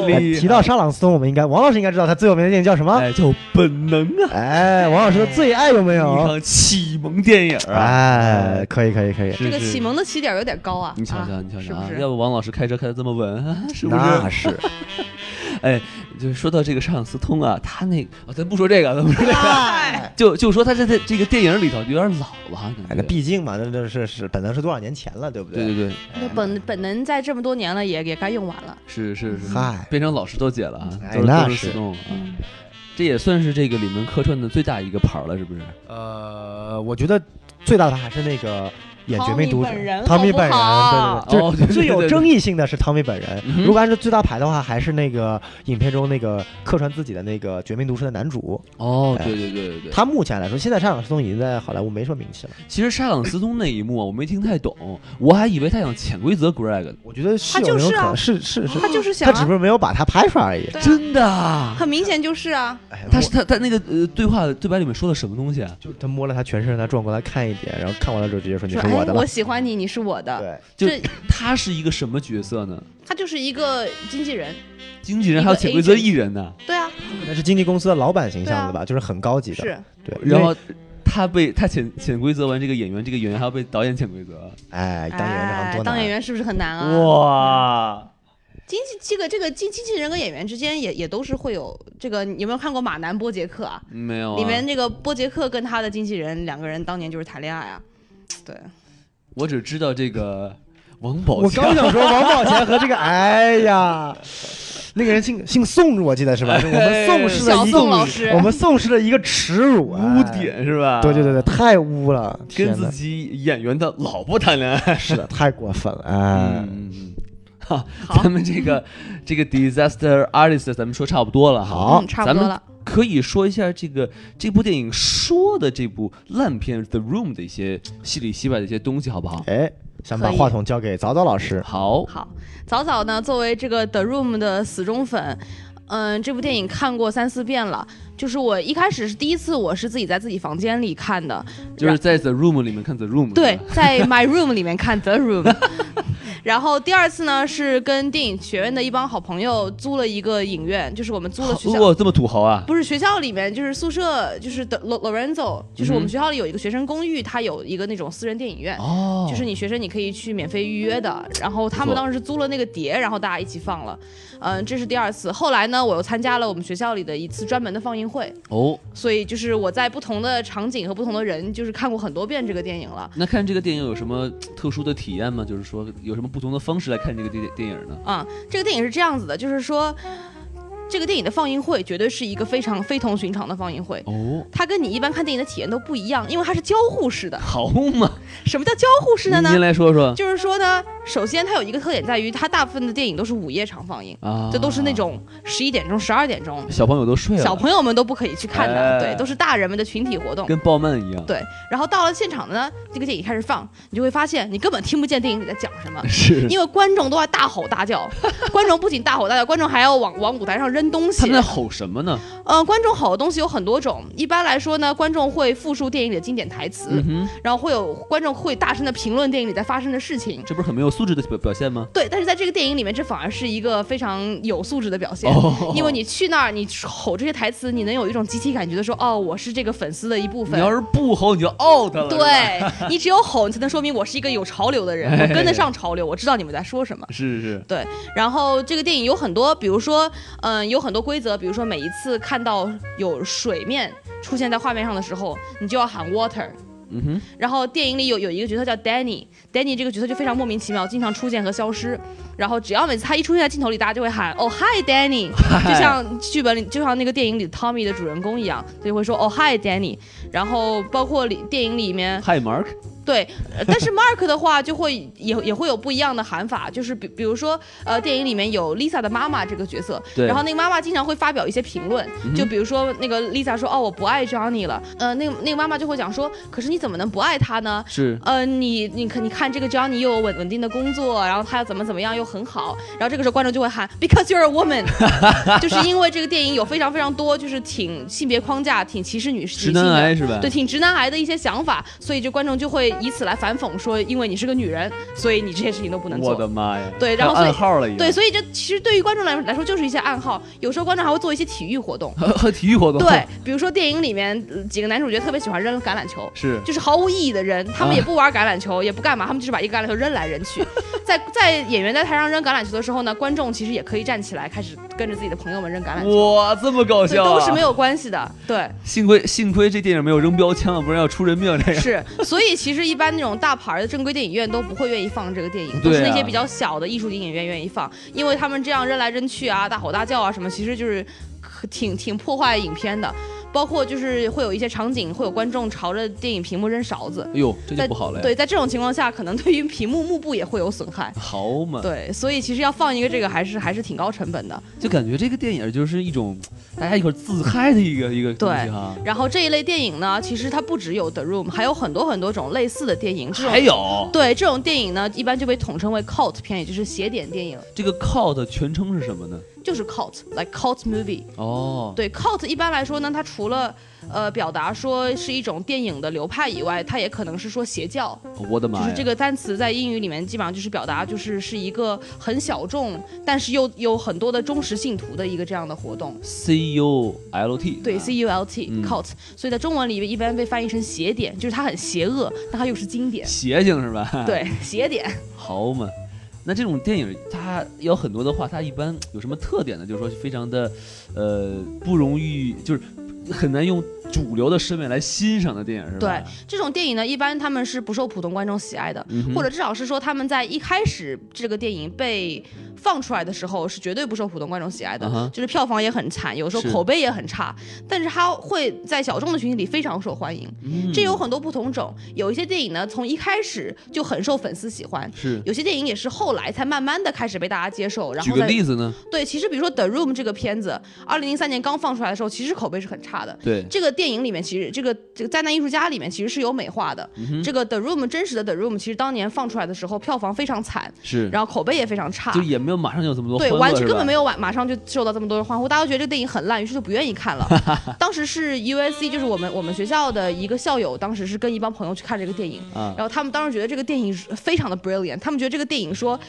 厉害提到沙朗斯通，我们应该王老师应该知道他最有名的电影叫什么？哎，叫本能啊，哎，王老师的最爱有没一有？场启蒙电影啊！哎，可以可以可以，这这个启，蒙的起点有点高啊，你瞧瞧，啊你瞧是瞧不啊，是要不 [laughs] 王老师开车开的这么稳， [laughs] 啊是不那是？是。就说到这个沙朗斯通啊，他那哦咱不说这个，咱不 [laughs] 说这个哎，就就说他在这这个电影里头有点老了哈，哎，感那觉。毕竟嘛，那这是是本能是多少年前了，对不对对对，那本本能在这么多年了，也也该用完了。是是是，嗨变成老石头姐了啊，哎都是那都是石头啊，嗯这也算是这个里面客串的最大一个牌儿了，是不是？呃，我觉得最大的还是那个演绝命毒者汤米本人汤米好不本人，好对对对，哦就是最有争议性的是汤米本人嗯。哼如果按照最大牌的话，还是那个影片中那个客串自己的那个绝命毒师的男主。哦，哎对对对对对。他目前来说，现在沙朗斯通已经在好莱坞没什么名气了。其实沙朗斯通那一幕啊，我没听太懂，我还以为他想潜规则 Greg 呢。我觉得是他有就那种是可啊能，是是是，他就是想他只啊不，过没有把他拍出来而已。对啊真的 [laughs] 啊？很明显就是啊，哎他我是他他那个呃对话对白里面说的什么东西啊？就他摸了他全身，让他转过来看一点，然后看完了之后直接说：“你说是哎我的，了我。喜欢你，你是我”的，就对，这他是一个什么角色呢？他就是一个经纪人，经纪人还有潜规则艺人呢。对啊，那是经纪公司的老板形象对的啊吧？就是很高级的。是对，然因为后他被他潜潜规则完这个演员，这个演员还要被导演潜规则。哎，当演员这行哎多难，当演员是不是很难啊？哇！经纪这个这个经经纪人跟演员之间也也都是会有这个，你有没有看过马南波杰克啊？没有啊里面那个波杰克跟他的经纪人两个人当年就是谈恋爱啊，对，我只知道这个王宝我强刚想说王宝强和这个，哎呀，那个人姓姓宋，我记得是吧？是我们哎宋氏的小一个宋老师我们宋氏的一个耻辱啊污。点是吧？对对对对，，太污了，跟天自哪，己演员的老婆谈恋爱。是的，太过分了，哎，嗯，哈，咱们这个这个 disaster artist 咱们说差不多了哈，好嗯，差不多了。可以说一下这个这部电影说的这部烂片《The Room》的一些戏里戏外的一些东西，好不好？哎，想把可以话筒交给早早老师，好，好，早早呢，作为这个 The Room 的死忠粉，嗯，这部电影看过三四遍了。就是我一开始是第一次，我是自己在自己房间里看的，就是在《The Room》里面看《The Room》对是吧，在 My Room 里面看 The Room。然后第二次呢，是跟电影学院的一帮好朋友租了一个影院，就是我们租了学好校，哇，这么土豪啊！不是学校里面，就是宿舍，就是 The Lo- Lorenzo，就是我嗯哼们学校里有一个学生公寓，它有一个那种私人电影院，哦，就是你学生你可以去免费预约的。然后他不们错当时租了那个碟，然后大家一起放了。嗯，这是第二次。后来呢，我又参加了我们学校里的一次专门的放映会，哦，所以就是我在不同的场景和不同的人，就是看过很多遍这个电影了。那看这个电影有什么特殊的体验吗？就是说有什么不同的方式来看这个电电影呢？啊、这个电影是这样子的，就是说，这个电影的放映会绝对是一个非常非同寻常的放映会。哦，它跟你一般看电影的体验都不一样，因为它是交互式的。 [laughs] 好嘛，什么叫交互式的呢您？来说说就是说呢，首先它有一个特点在于，它大部分的电影都是午夜场放映，啊，这都是那种十一点钟、十二点钟，小朋友都睡了，小朋友们都不可以去看哎的，对，都是大人们的群体活动。跟鲍曼一样，，对，然后到了现场呢，这个电影开始放，你就会发现你根本听不见电影里在讲什么是因为观众都在大吼大叫，观众不仅大吼大叫，观众还要往往舞台上扔东 [laughs] 他西们。在吼什么呢？呃，观众吼的东西有很多种，一般来说呢，观众会复述电影里的经典台词，嗯哼，然后会有观众会大声的评论电影里在发生的事情。这不是很没有素质的表表现吗？对，但是在这个电影里面，这反而是一个非常有素质的表现，哦因为你去那儿，你吼这些台词，你能有一种集体感觉的说，哦，我是这个粉丝的一部你分。要是不吼，你就 out 了。是吧，哎对 [laughs] 你只有吼，你才能说明我是一个有潮流的人，我跟得上潮流，我知道你们在说什么。是是，然后这个电影有很多，比如说，嗯，有很多规则，比如说每一次看到有水面出现在画面上的时候，你就要喊 water。嗯哼，然后电影里有有一个角色叫 Danny，Danny 这个角色就非常莫名其妙，经常出现和消失。然后只要每次他一出现在镜头里，大家就会喊哦嗨 Danny，就像剧本里就像那个电影里 Tommy 的主人公一样，就会说哦嗨 Danny。然后包括里电影里面嗨 Mark，对，呃但是 Mark 的话就会也也会有不一样的喊法，就是比比如说，呃，电影里面有 Lisa 的妈妈这个角色，对然后那个妈妈经常会发表一些评论，就比如说那个 Lisa 说哦我不爱 Johnny 了，呃，那个那个妈妈就会讲说，可是你怎么能不爱他呢？是呃，你你看你看这个 Johnny 又有稳稳定的工作，然后他怎么怎么样又很好，然后这个时候观众就会喊 Because you're a woman，就是 [laughs] 因为这个电影有非常非常多就是挺性别框架、挺歧视女女直性男的癌是吧？对，挺直男癌的一些想法，所以就观众就会以此来反讽说，因为你是个女人，所以你这些事情都不能我做。的妈呀！对然后还有暗所号了已经，。对，所以这其实对于观众来来说就是一些暗号，有时候观众还会做一些体育活动和体育活动对，比如说电影里面呃几个男主角特别喜欢扔橄榄球，是就是毫无意义的扔，他们啊也不玩橄榄球，也不干嘛，他们就是把一个橄榄球扔来扔 [laughs] 去。在在演员在台上扔橄榄球的时候呢，观众其实也可以站起来开始跟着自己的朋友们扔橄榄球，哇，这么搞所以笑都是啊哎没有关系的。对。幸亏幸亏这电影没有扔标枪，不然要出人命这个。是，所以其实一般那种大牌儿的正规电影院都不会愿意放这个电影，都对是那啊些比较小的艺术电影院愿意放，因为他们这样扔来扔去啊，大吼大叫啊什么，其实就是可挺挺破坏影片的。包括就是会有一些场景，会有观众朝着电影屏幕扔勺子，哎呦，这就在不好了呀。对，在这种情况下，可能对于屏幕幕布也会有损害。好嘛，对，所以其实要放一个这个还是还是挺高成本的。就感觉这个电影就是一种大家一块儿自嗨的一个一个东西对哈。然后这一类电影呢，其实它不只有《The Room》，还有很多很多种类似的电影。这种还有对这种电影呢，一般就被统称为 cult 片，也就是邪典电影，这个 cult 全称是什么呢？就是 cult，like cult movie 哦，对。cult 一般来说呢，它除了呃表达说是一种电影的流派以外，它也可能是说邪教，我的妈就呀！是这个单词在英语里面基本上就是表达就是是一个很小众，但是又有很多的忠实信徒的一个这样的活动。 C U L T，对，C U L T 嗯 cult，、所以在中文里面一般被翻译成邪典，就是它很邪恶，但它又是经典。邪性是啊吧？，对，邪典。好嘛。那这种电影它有很多的话，它一般有什么特点呢？就是说非常的，呃，不容易，就是很难用主流的审美来欣赏的电影是吧？这种电影呢，一般他们是不受普通观众喜爱的，嗯哼或者至少是说他们在一开始这个电影被放出来的时候是绝对不受普通观众喜爱的，啊哈就是票房也很惨，有时候是口碑也很差，但是它会在小众的群体里非常受欢迎。嗯这有很多不同种，有一些电影呢从一开始就很受粉丝喜欢。是。有些电影也是后来才慢慢的开始被大家接受，然举后个呢，例子呢？对，其实比如说《The Room》这个片子，二零零三年刚放出来的时候，其实口碑是很差的，对，这个电影里面其实这个这个灾难艺术家里面其实是有美化的。嗯哼这个 The Room 真实的 The Room 其实当年放出来的时候票房非常惨，是，然后口碑也非常差就。也没有马上有这么多对，欢乐完是全吧根本没有晚马上就受到这么多人欢呼，大家都觉得这个电影很烂，于是就不愿意看 [laughs] 了。当时是 USC，就是我们我们学校的一个校友，当时是跟一帮朋友去看这个电影，啊然后他们当时觉得这个电影是非常的 brilliant，他们觉得这个电影说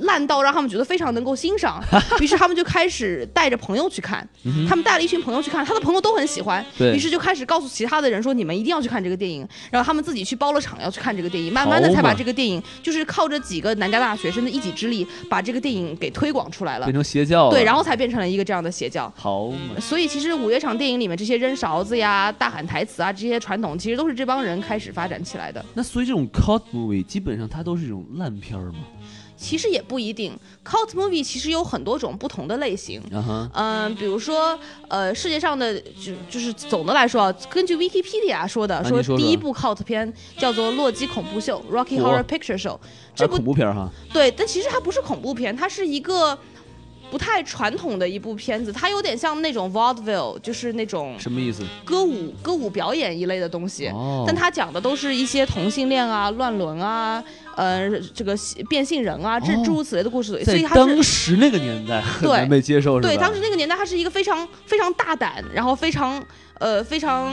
烂到让他们觉得非常能够欣 [laughs] 赏，于是他们就开始带着朋友去看，他们带了一群朋友去看，他的朋友都很喜欢，嗯对于是就开始告诉其他的人说你们一定要去看这个电影，然后他们自己去包了场要去看这个电影，慢慢的好才把嘛这个电影就是靠着几个南加大学生的一己之力把这个电影给推广出来了变，成邪教了。对，然后后才变成了一个这样的邪教。好嘛，所以其实五月场电影里面这些扔勺子呀、大喊台词啊这些传统，其实都是这帮人开始发展起来的。那所以这种 cult movie 基本上它都是一种烂片儿嘛。其实也不一定，cult movie 其实有很多种不同的类型。啊哈，嗯、比如说，呃，世界上的就就是总的来说啊，根据 Wikipedia 说的，啊说你说说第一部 cult 片叫做《洛基恐怖秀》（Rocky 哇 Horror Picture Show）。还这有部啊恐怖片儿哈，对，但其实它不是恐怖片，它是一个不太传统的一部片子，它有点像那种 vaudeville，就是那种什么意思？歌舞歌舞表演一类的东西。哦，但他讲的都是一些同性恋啊、乱伦啊、呃，这个变性人啊，这哦诸如此类的故事，所在以他是当时那个年代很对难被接受，是吧？对当时那个年代，他是一个非常非常大胆，然后非常呃非常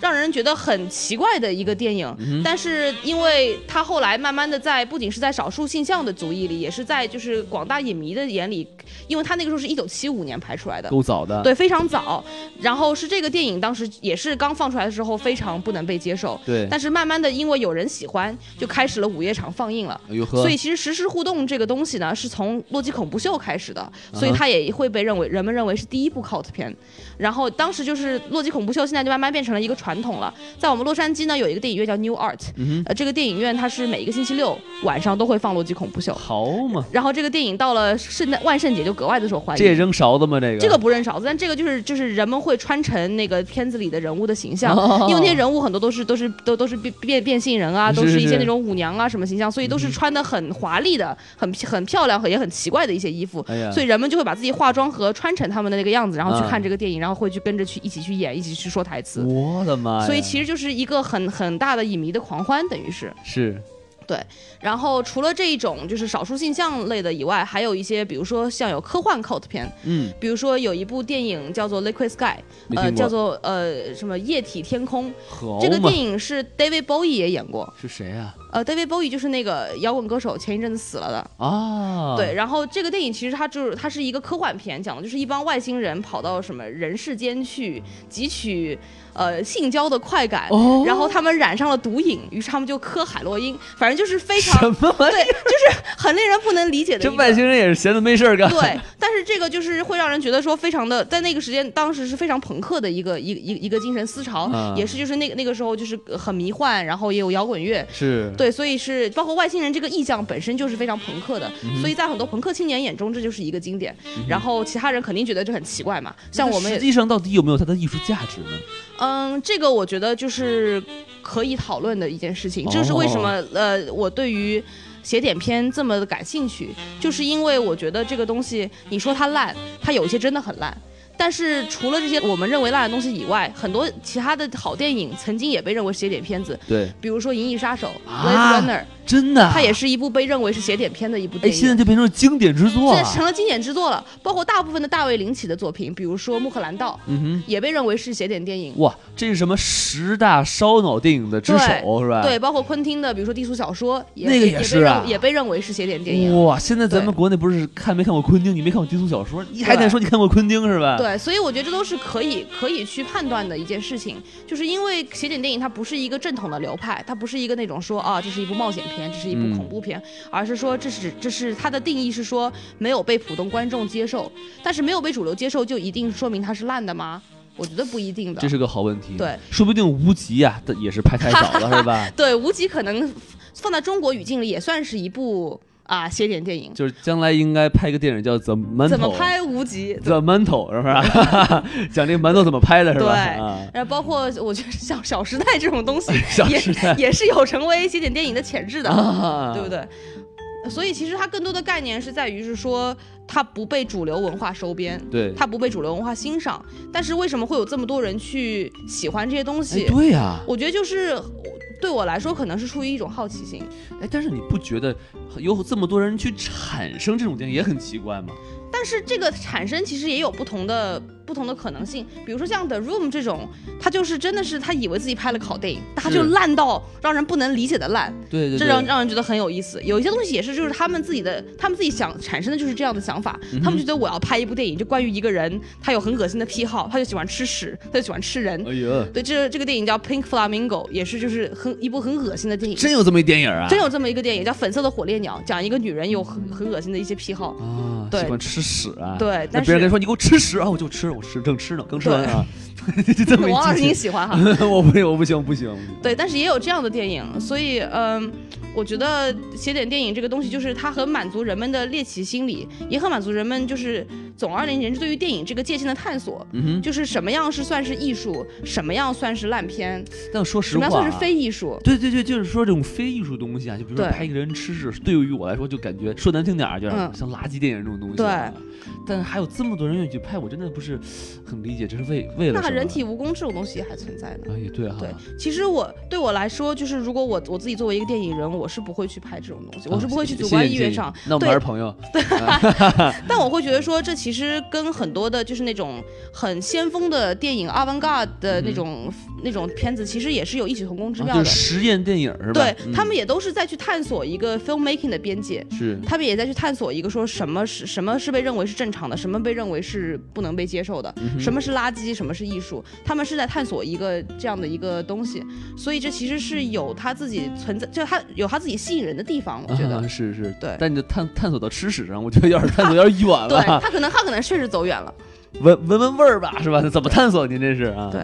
让人觉得很奇怪的一个电嗯影。但是因为他后来慢慢的在不仅是在少数性向的族裔里，也是在就是广大影迷的眼里，因为他那个时候是一九七五年拍出来的。够早的。对，非常早。然后是这个电影当时也是刚放出来的时候，非常不能被接受。对，但是慢慢的，因为有人喜欢，就开始了午夜场放映了。有喝所以其实实时互动这个东西呢，是从《洛基恐怖秀》开始的，嗯所以它也会被认为人们认为是第一部 cult 片。然后当时就是《洛基恐怖秀》，现在就慢慢变成了一个传统了。在我们洛杉矶呢，有一个电影院叫 New Art，、呃，嗯这个电影院它是每一个星期六晚上都会放《洛基恐怖秀》。好嘛，然后这个电影到了圣诞万圣节就格外的受欢迎。这也扔勺子吗？这个哎这个不认勺子，但这个就是就是人们会穿成那个片子里的人物的形象，因为那些人物很多都是都是都都是变变变性人啊，哦是都是是一些是嗯那种舞娘啊什么形象，所以都是穿的很华丽的、很很漂亮和也很奇怪的一些衣服。哎呀，所以人们就会把自己化妆和穿成他们的那个样子，然后去啊看这个电影，然后会去跟着去一起去演，一起去说台词。我的妈哎呀！所以其实就是一个很很大的影迷的狂欢，等于是。是然后除了这一种就是少数性向类的以外，还有一些比如说像有科幻 cult 片，嗯，比如说有一部电影叫做《Liquid Sky》，没呃，听叫过。哦做呃什么液体天空。好这个嘛电，影是 David Bowie 也演过，是谁啊？呃，David Bowie 就是那个摇滚歌手，前一阵子死了的。啊，对，，然后这个电影其实它就是它是一个科幻片，讲的就是一帮外星人跑到什么人世间去汲取呃性交的快感，哦，然后他们染上了毒瘾，于是他们就嗑海洛因，反正就是非什常么玩意儿？对，就是很令人不能理解的这一外个。星人也是闲的没事 [laughs] 儿干。对，但是这个就是会让人觉得说非常的，在那个时间当时是非常朋克的一个一个一个一个精神思潮，啊也是就是那个那个时候就是很迷幻，然后也有摇滚乐。是，对，所以是包括外星人这个意象本身就是非常朋克的，所以在很多朋克青年眼中这就是一个经典。然后其他人肯定觉得这很奇怪嘛，像我们实也际上到底有没有它的艺术价值呢？嗯，这个我觉得就是可以讨论的一件事情。这是为什么？哦呃，我对于写点片这么感兴趣，就是因为我觉得这个东西，你说它烂，它有一些真的很烂。但是除了这些我们认为烂的东西以外，很多其他的好电影曾经也被认为是写点片子，对，比如说《银翼杀手》啊 （Blade Runner），、真的啊，它也是一部被认为是写点片的一部哎，电影。现在就变成经典之作啊现在了。成了经典之作了，包括大部分的大卫林奇的作品，比如说《穆赫兰道》，嗯也被认为是写点电影哼，。哇，这是什么十大烧脑电影的之首是吧？对，包括昆汀的，比如说低俗小说，也啊那个也也被是啊认也被认为是写点电影。哇，现在咱们对国内不是看没看过昆汀，你没看过低俗小说，你还对敢说你看过昆汀是吧？，对，所以我觉得这都是可以可以去判断的一件事情，就是因为写点电影它不是一个正统的流派，它不是一个那种说啊这是一部冒险片，这是一部嗯恐怖片，而是说这是这是它的定义是说没有被普通观众接受，但是没有被主流接受就一定说明它是烂的吗？我觉得不一定的这。是个好问题。对，说不定无极啊，它也是拍太 [laughs] 早了是吧？对，无极可能放在中国语境里也算是一部啊写点电影，就是将来应该拍个电影叫《The Mantle》，怎么拍无极？ The Mantle 是吧？ [laughs] 讲这个馒头怎么拍的是吧？对啊，然后包括我觉得像《小时代》这种东西 [laughs] 小也时代也是有成为写点电影的潜质的，啊 [laughs] 对不对？所以其实它更多的概念是在于是说它不被主流文化收编，对它不被主流文化欣赏。但是为什么会有这么多人去喜欢这些东哎西？对呀，我觉得就是对我来说可能是出于一种好奇心，哎，但是你不觉得有这么多人去产生这种电影也很奇怪吗？但是这个产生其实也有不同的不同的可能性，比如说像 The Room 这种，他就是真的是他以为自己拍了好电影，但他是就烂到让人不能理解的烂。对对这让让人觉得很有意思。有一些东西也是，就是他们自己的，他们自己想产生的就是这样的想法。嗯他们觉得我要拍一部电影，就关于一个人，他有很恶心的癖好，他就喜欢吃屎，他就喜欢吃人。哎呀，对，这这个电影叫《Pink Flamingo》，也是就是很一部很恶心的电影。真有这么一电影啊？真有这么一个电影叫《粉色的火烈鸟》，讲一个女人有很很恶心的一些癖好。啊，对喜欢吃屎啊？。对，那但别人跟是 [laughs] 你说你给我吃屎啊，我就吃，我吃正吃呢，刚吃完啊， [laughs] 就这么一王老师境 [laughs] 您界喜欢哈？我不我不行不行，对，但是也有这样的电影，所以嗯、我觉得写点电影这个东西，就是它很满足人们的猎奇心理，也很满足人们就是总而言之对于电影这个界限的探索，嗯哼，就是什么样是算是艺术，什么样算是烂片，但说实什么话样啊，算是非艺术。对对对，就是说这种非艺术东西啊，就比如说对拍一个人吃屎，对于我来说就感觉说难听点儿，就是嗯像垃圾电影这种东西、啊。但是还有这么多人愿意去拍，我真的不是很理解，这是为为了那什么啊人体蜈蚣这种东西还存在呢？哎也对哈，对，其实我对我来说，就是如果我我自己作为一个电影人，我是不会去拍这种东西，我是不会去主观意愿上啊谢谢你。那我对们还是朋友，但我会觉得说，这其实跟很多的就是那种很先锋的电影 avant garde 的那种、那种片子，其实也是有异曲同工之嗯啊妙就的。是实验电影是吧？对、嗯他们也都是在去探索一个 filmmaking 的边界，是他们也在去探索一个说什么是什么是被认为是正常的，什么被认为是不能被接受的，嗯哼什么是垃圾，什么是艺术，他们是在探索一个这样的一个东西，所以这其实是有他自己存在，就他有他自己吸引人的地方，我觉得。啊、是是，对但你探探索到吃屎上，我觉得有点探索有点远对了，他可能他可能确实走远了，闻闻闻味儿吧，是吧？怎么探索您这是啊？对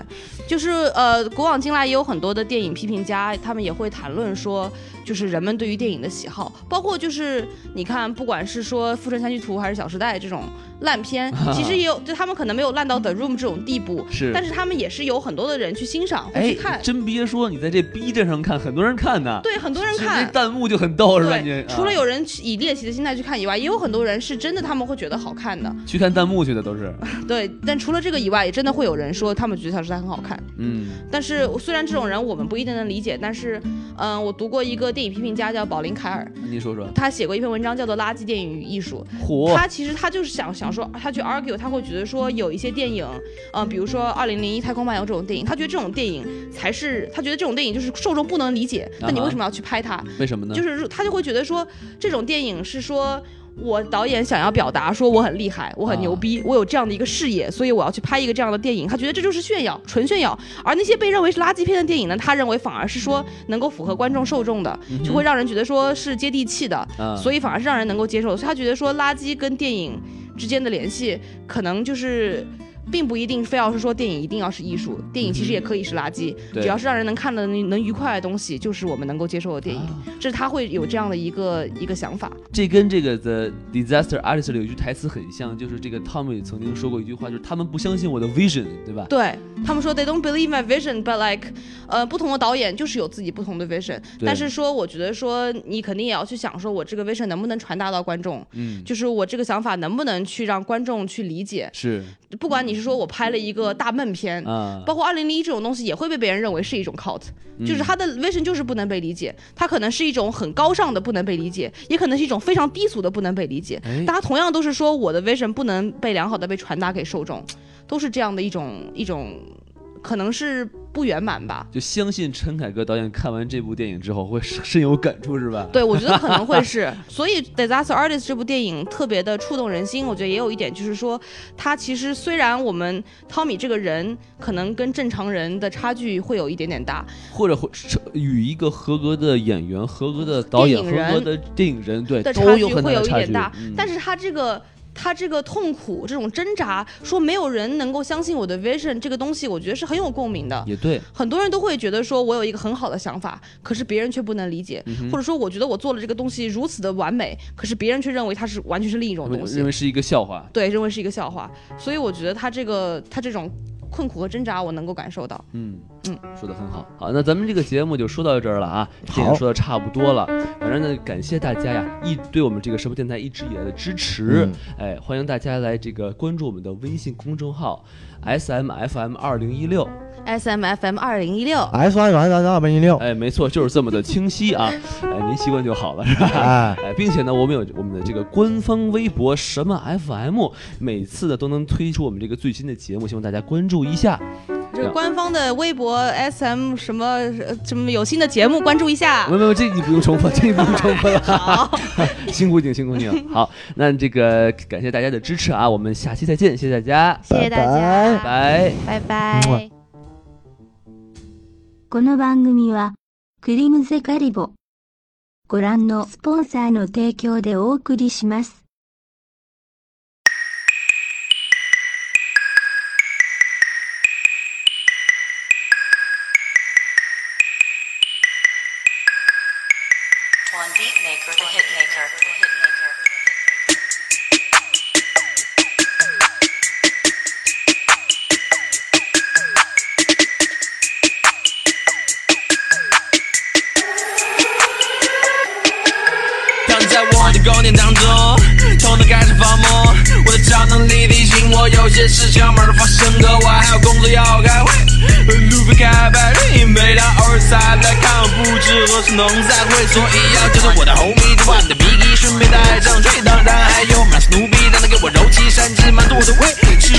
就是呃，古往今来也有很多的电影批评家，他们也会谈论说，就是人们对于电影的喜好，包括就是你看，不管是说《富春山居图》还是《小时代》这种烂 [laughs] 片，其实也有，就他们可能没有烂到《The Room》这种地步，是，但是他们也是有很多的人去欣赏，会哎去看，，真别说，你在这 B 站上看，很多人看呢，对，很多人这看这。弹幕就很逗是吧？你啊对，除了有人去以猎奇的心态去看以外，也有很多人是真的他们会觉得好看的。啊去看弹幕去的都 [laughs] 是，对，但除了这个以外，也真的会有人说他们觉得《小时代》很好看。嗯，但是虽然这种人我们不一定能理解，但是，嗯、我读过一个电影批评家叫保林凯尔，你说说，他写过一篇文章叫做《垃圾电影与艺术》。火他其实他就是想想说，他去 argue，他会觉得说有一些电影，嗯、比如说《二零零一太空漫游》这种电影，他觉得这种电影才是，他觉得这种电影就是受众不能理解，那你啊哈为什么要去拍它？为什么呢？就是他就会觉得说，这种电影是说我导演想要表达说我很厉害，我很牛逼，啊我有这样的一个视野，所以我要去拍一个这样的电影。他觉得这就是炫耀，纯炫耀。而那些被认为是垃圾片的电影呢，他认为反而是说能够符合观众受众的，嗯就会让人觉得说是接地气的，啊，所以反而是让人能够接受的。所以他觉得说垃圾跟电影之间的联系，可能就是。并不一定非要是说电影一定要是艺术，电影其实也可以是垃圾，嗯对只要是让人能看的能愉快的东西，就是我们能够接受的电影。啊这是他会有这样的一个一个想法。这跟这个 The Disaster Artist 里有一句台词很像，就是这个 Tom 也曾经说过一句话，就是他们不相信我的 vision，对吧？对他们说，they don't believe my vision, but like，呃，不同的导演就是有自己不同的 vision。对但是说，我觉得说你肯定也要去想，说我这个 vision 能不能传达到观众，嗯，就是我这个想法能不能去让观众去理解。是不管你是说我拍了一个大闷片。啊，包括二零零一这种东西也会被别人认为是一种 cult，、就是他的 vision 就是不能被理解，它可能是一种很高尚的不能被理解，也可能是一种非常低俗的不能被理解。哎大家同样都是说我的 vision 不能被良好的被传达给受众，都是这样的一种一种，可能是不圆满吧。就相信陈凯歌导演看完这部电影之后会深深有感触，是吧？对，我觉得可能会 [laughs] 是，所以《Disaster Artist》这部电影特别的触动人心。我觉得也有一点就是说，他其实虽然我们汤米这个人可能跟正常人的差距会有一点点大，或者会与一个合格的演员、合格的导演、电合影人格的电影人，对，的都差有距很会有大的一差点距。大，嗯但是他这个。他这个痛苦，这种挣扎，说没有人能够相信我的 vision 这个东西，我觉得是很有共鸣的。也对，很多人都会觉得说我有一个很好的想法，可是别人却不能理解，嗯或者说我觉得我做了这个东西如此的完美，可是别人却认为它是完全是另一种东西认，为是一个笑话。对，认为是一个笑话。所以我觉得他这个他这种困苦和挣扎，我能够感受到。嗯嗯，说的很好。好，那咱们这个节目就说到这儿了啊，电影好说的差不多了。反正呢，感谢大家呀，一对我们这个什么电台一直以来的支持。嗯哎，欢迎大家来这个关注我们的微信公众号 S M F M 二零一六。哦 S M F M 二零一六， S 八幺幺二八零六，哎，没错，就是这么的清晰 [laughs] 啊。哎，您习惯就好了，是吧？哎，哎，并且呢，我们有我们的这个官方微博什么 FM，每次呢都能推出我们这个最新的节目，希望大家关注一下。这个官方的微博 S M 什么呃什么有新的节目，关注一下 [laughs] 没。有没有，这你不用重复，这你不用重复了。 [laughs] 辛苦你，辛苦你了。好，那这个感谢大家的支持啊，我们下期再见，谢谢大家，谢谢大家，拜。拜拜。この番組は、クリムゼガリボ。ご覧のスポンサーの提供でお送りします。 One beat maker, the hit maker, the hit maker, the hit maker. 啊吃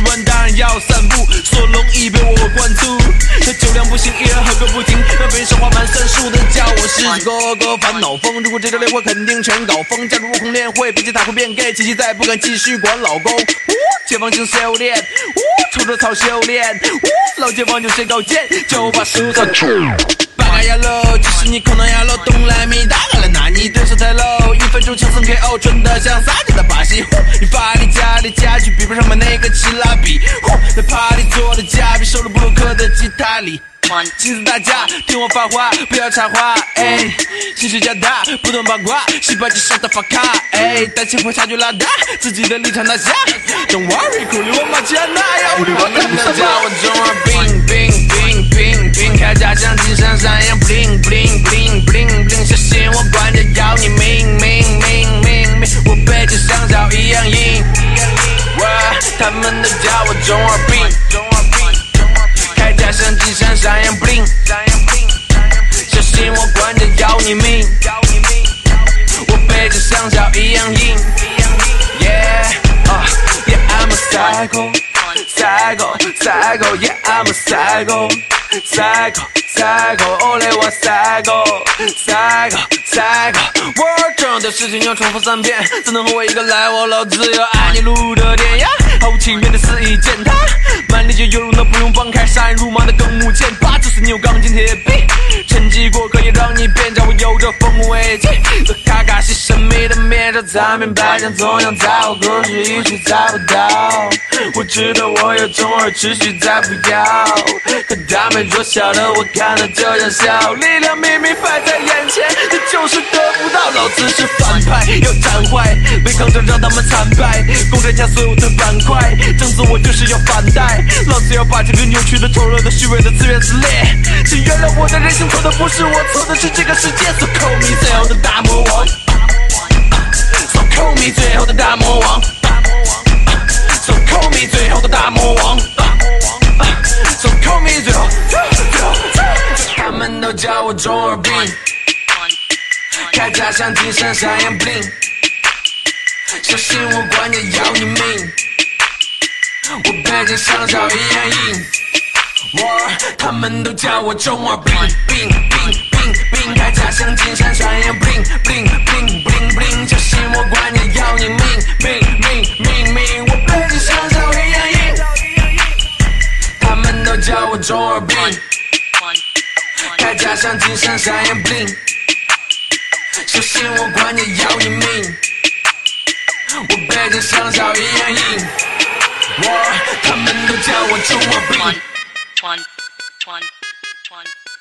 完当然要散步，索隆一杯我灌吐，这酒量不不行，依然很个不停。那悲伤画满算数的叫我是哥哥烦恼疯。如果这条恋会肯定全搞疯，假如我恐恋会，毕竟他会变 gay，琪琪再也不敢继续管老公。呜，解放性修炼，呜，臭着草修炼，呜，老解放就谁高见，就把书草出。八嘎呀喽，就是你可能呀喽，东来咪打嘎了，那你对手太 low，一分钟强送 KO，蠢的哦像撒娇的把戏。呼你把你家里家具比不上我那个奇拉比，呼在 party 做的嘉宾，收了布鲁克的吉他里。亲自大家听我发话，不要插话。哎，心事加大，不懂八卦，细胞就上的发卡。哎，担心会差距拉大，自己的立场拿下。Don't worry，鼓励我马加纳呀，鼓励我马加纳。我中二病病病病病，铠甲像金闪闪样 bling bling bling bling bling，小心我管着要你命命命命命，我背着香蕉一样硬。哇，他们都叫我中二病。铠甲像金闪闪样 bling，小心我管着要你命，我背着香蕉一样硬。Yeah, uh, yeah, I'm a psycho, psycho, psycho, yeah, I'm a psycho, psycho, psycho, only one psycho, psycho, psycho。我这样的事情要重复三遍，才能和我一个来，我老子要爱你路的电呀，毫无情面的肆意践踏，满脸就有容的不用帮，开杀人如麻的更目剑拔，就是你有钢筋铁壁，趁机过可以让你变成我有着丰功伟绩。这卡卡西神秘的面罩，咱明白将总想在我故事一直猜不到，我知道我有中二持续在不要，可他们弱小的我看了就想笑，力量明明摆在眼前，这就是得不到。老子是反派，要斩坏，没抗争让他们惨败，攻占下所有的板块，正自我就是要反带，老子要把这个扭曲的、丑陋的、虚伪的自怨自艾，请原谅我的人性，错的不是我，错的是这个世界。So call me 最后的大魔王，So call me 最后的大魔王，So call me 最后的大魔王，So call me 最后，他们都叫我中二病。铠甲像金闪闪样 bling，小心我管你要你命，我背着香蕉一样硬。我他们都叫我中二病病病病病，铠甲像金闪闪样 bling bling bling bling bling，小心我管你要你命命命命命，我背着香蕉一样硬。他们都叫我中二病，铠甲像金闪闪样 bling。小心我管你要你命，我背着香蕉一样硬，我他们都叫我中二病。 Twan, twan, twan, twan.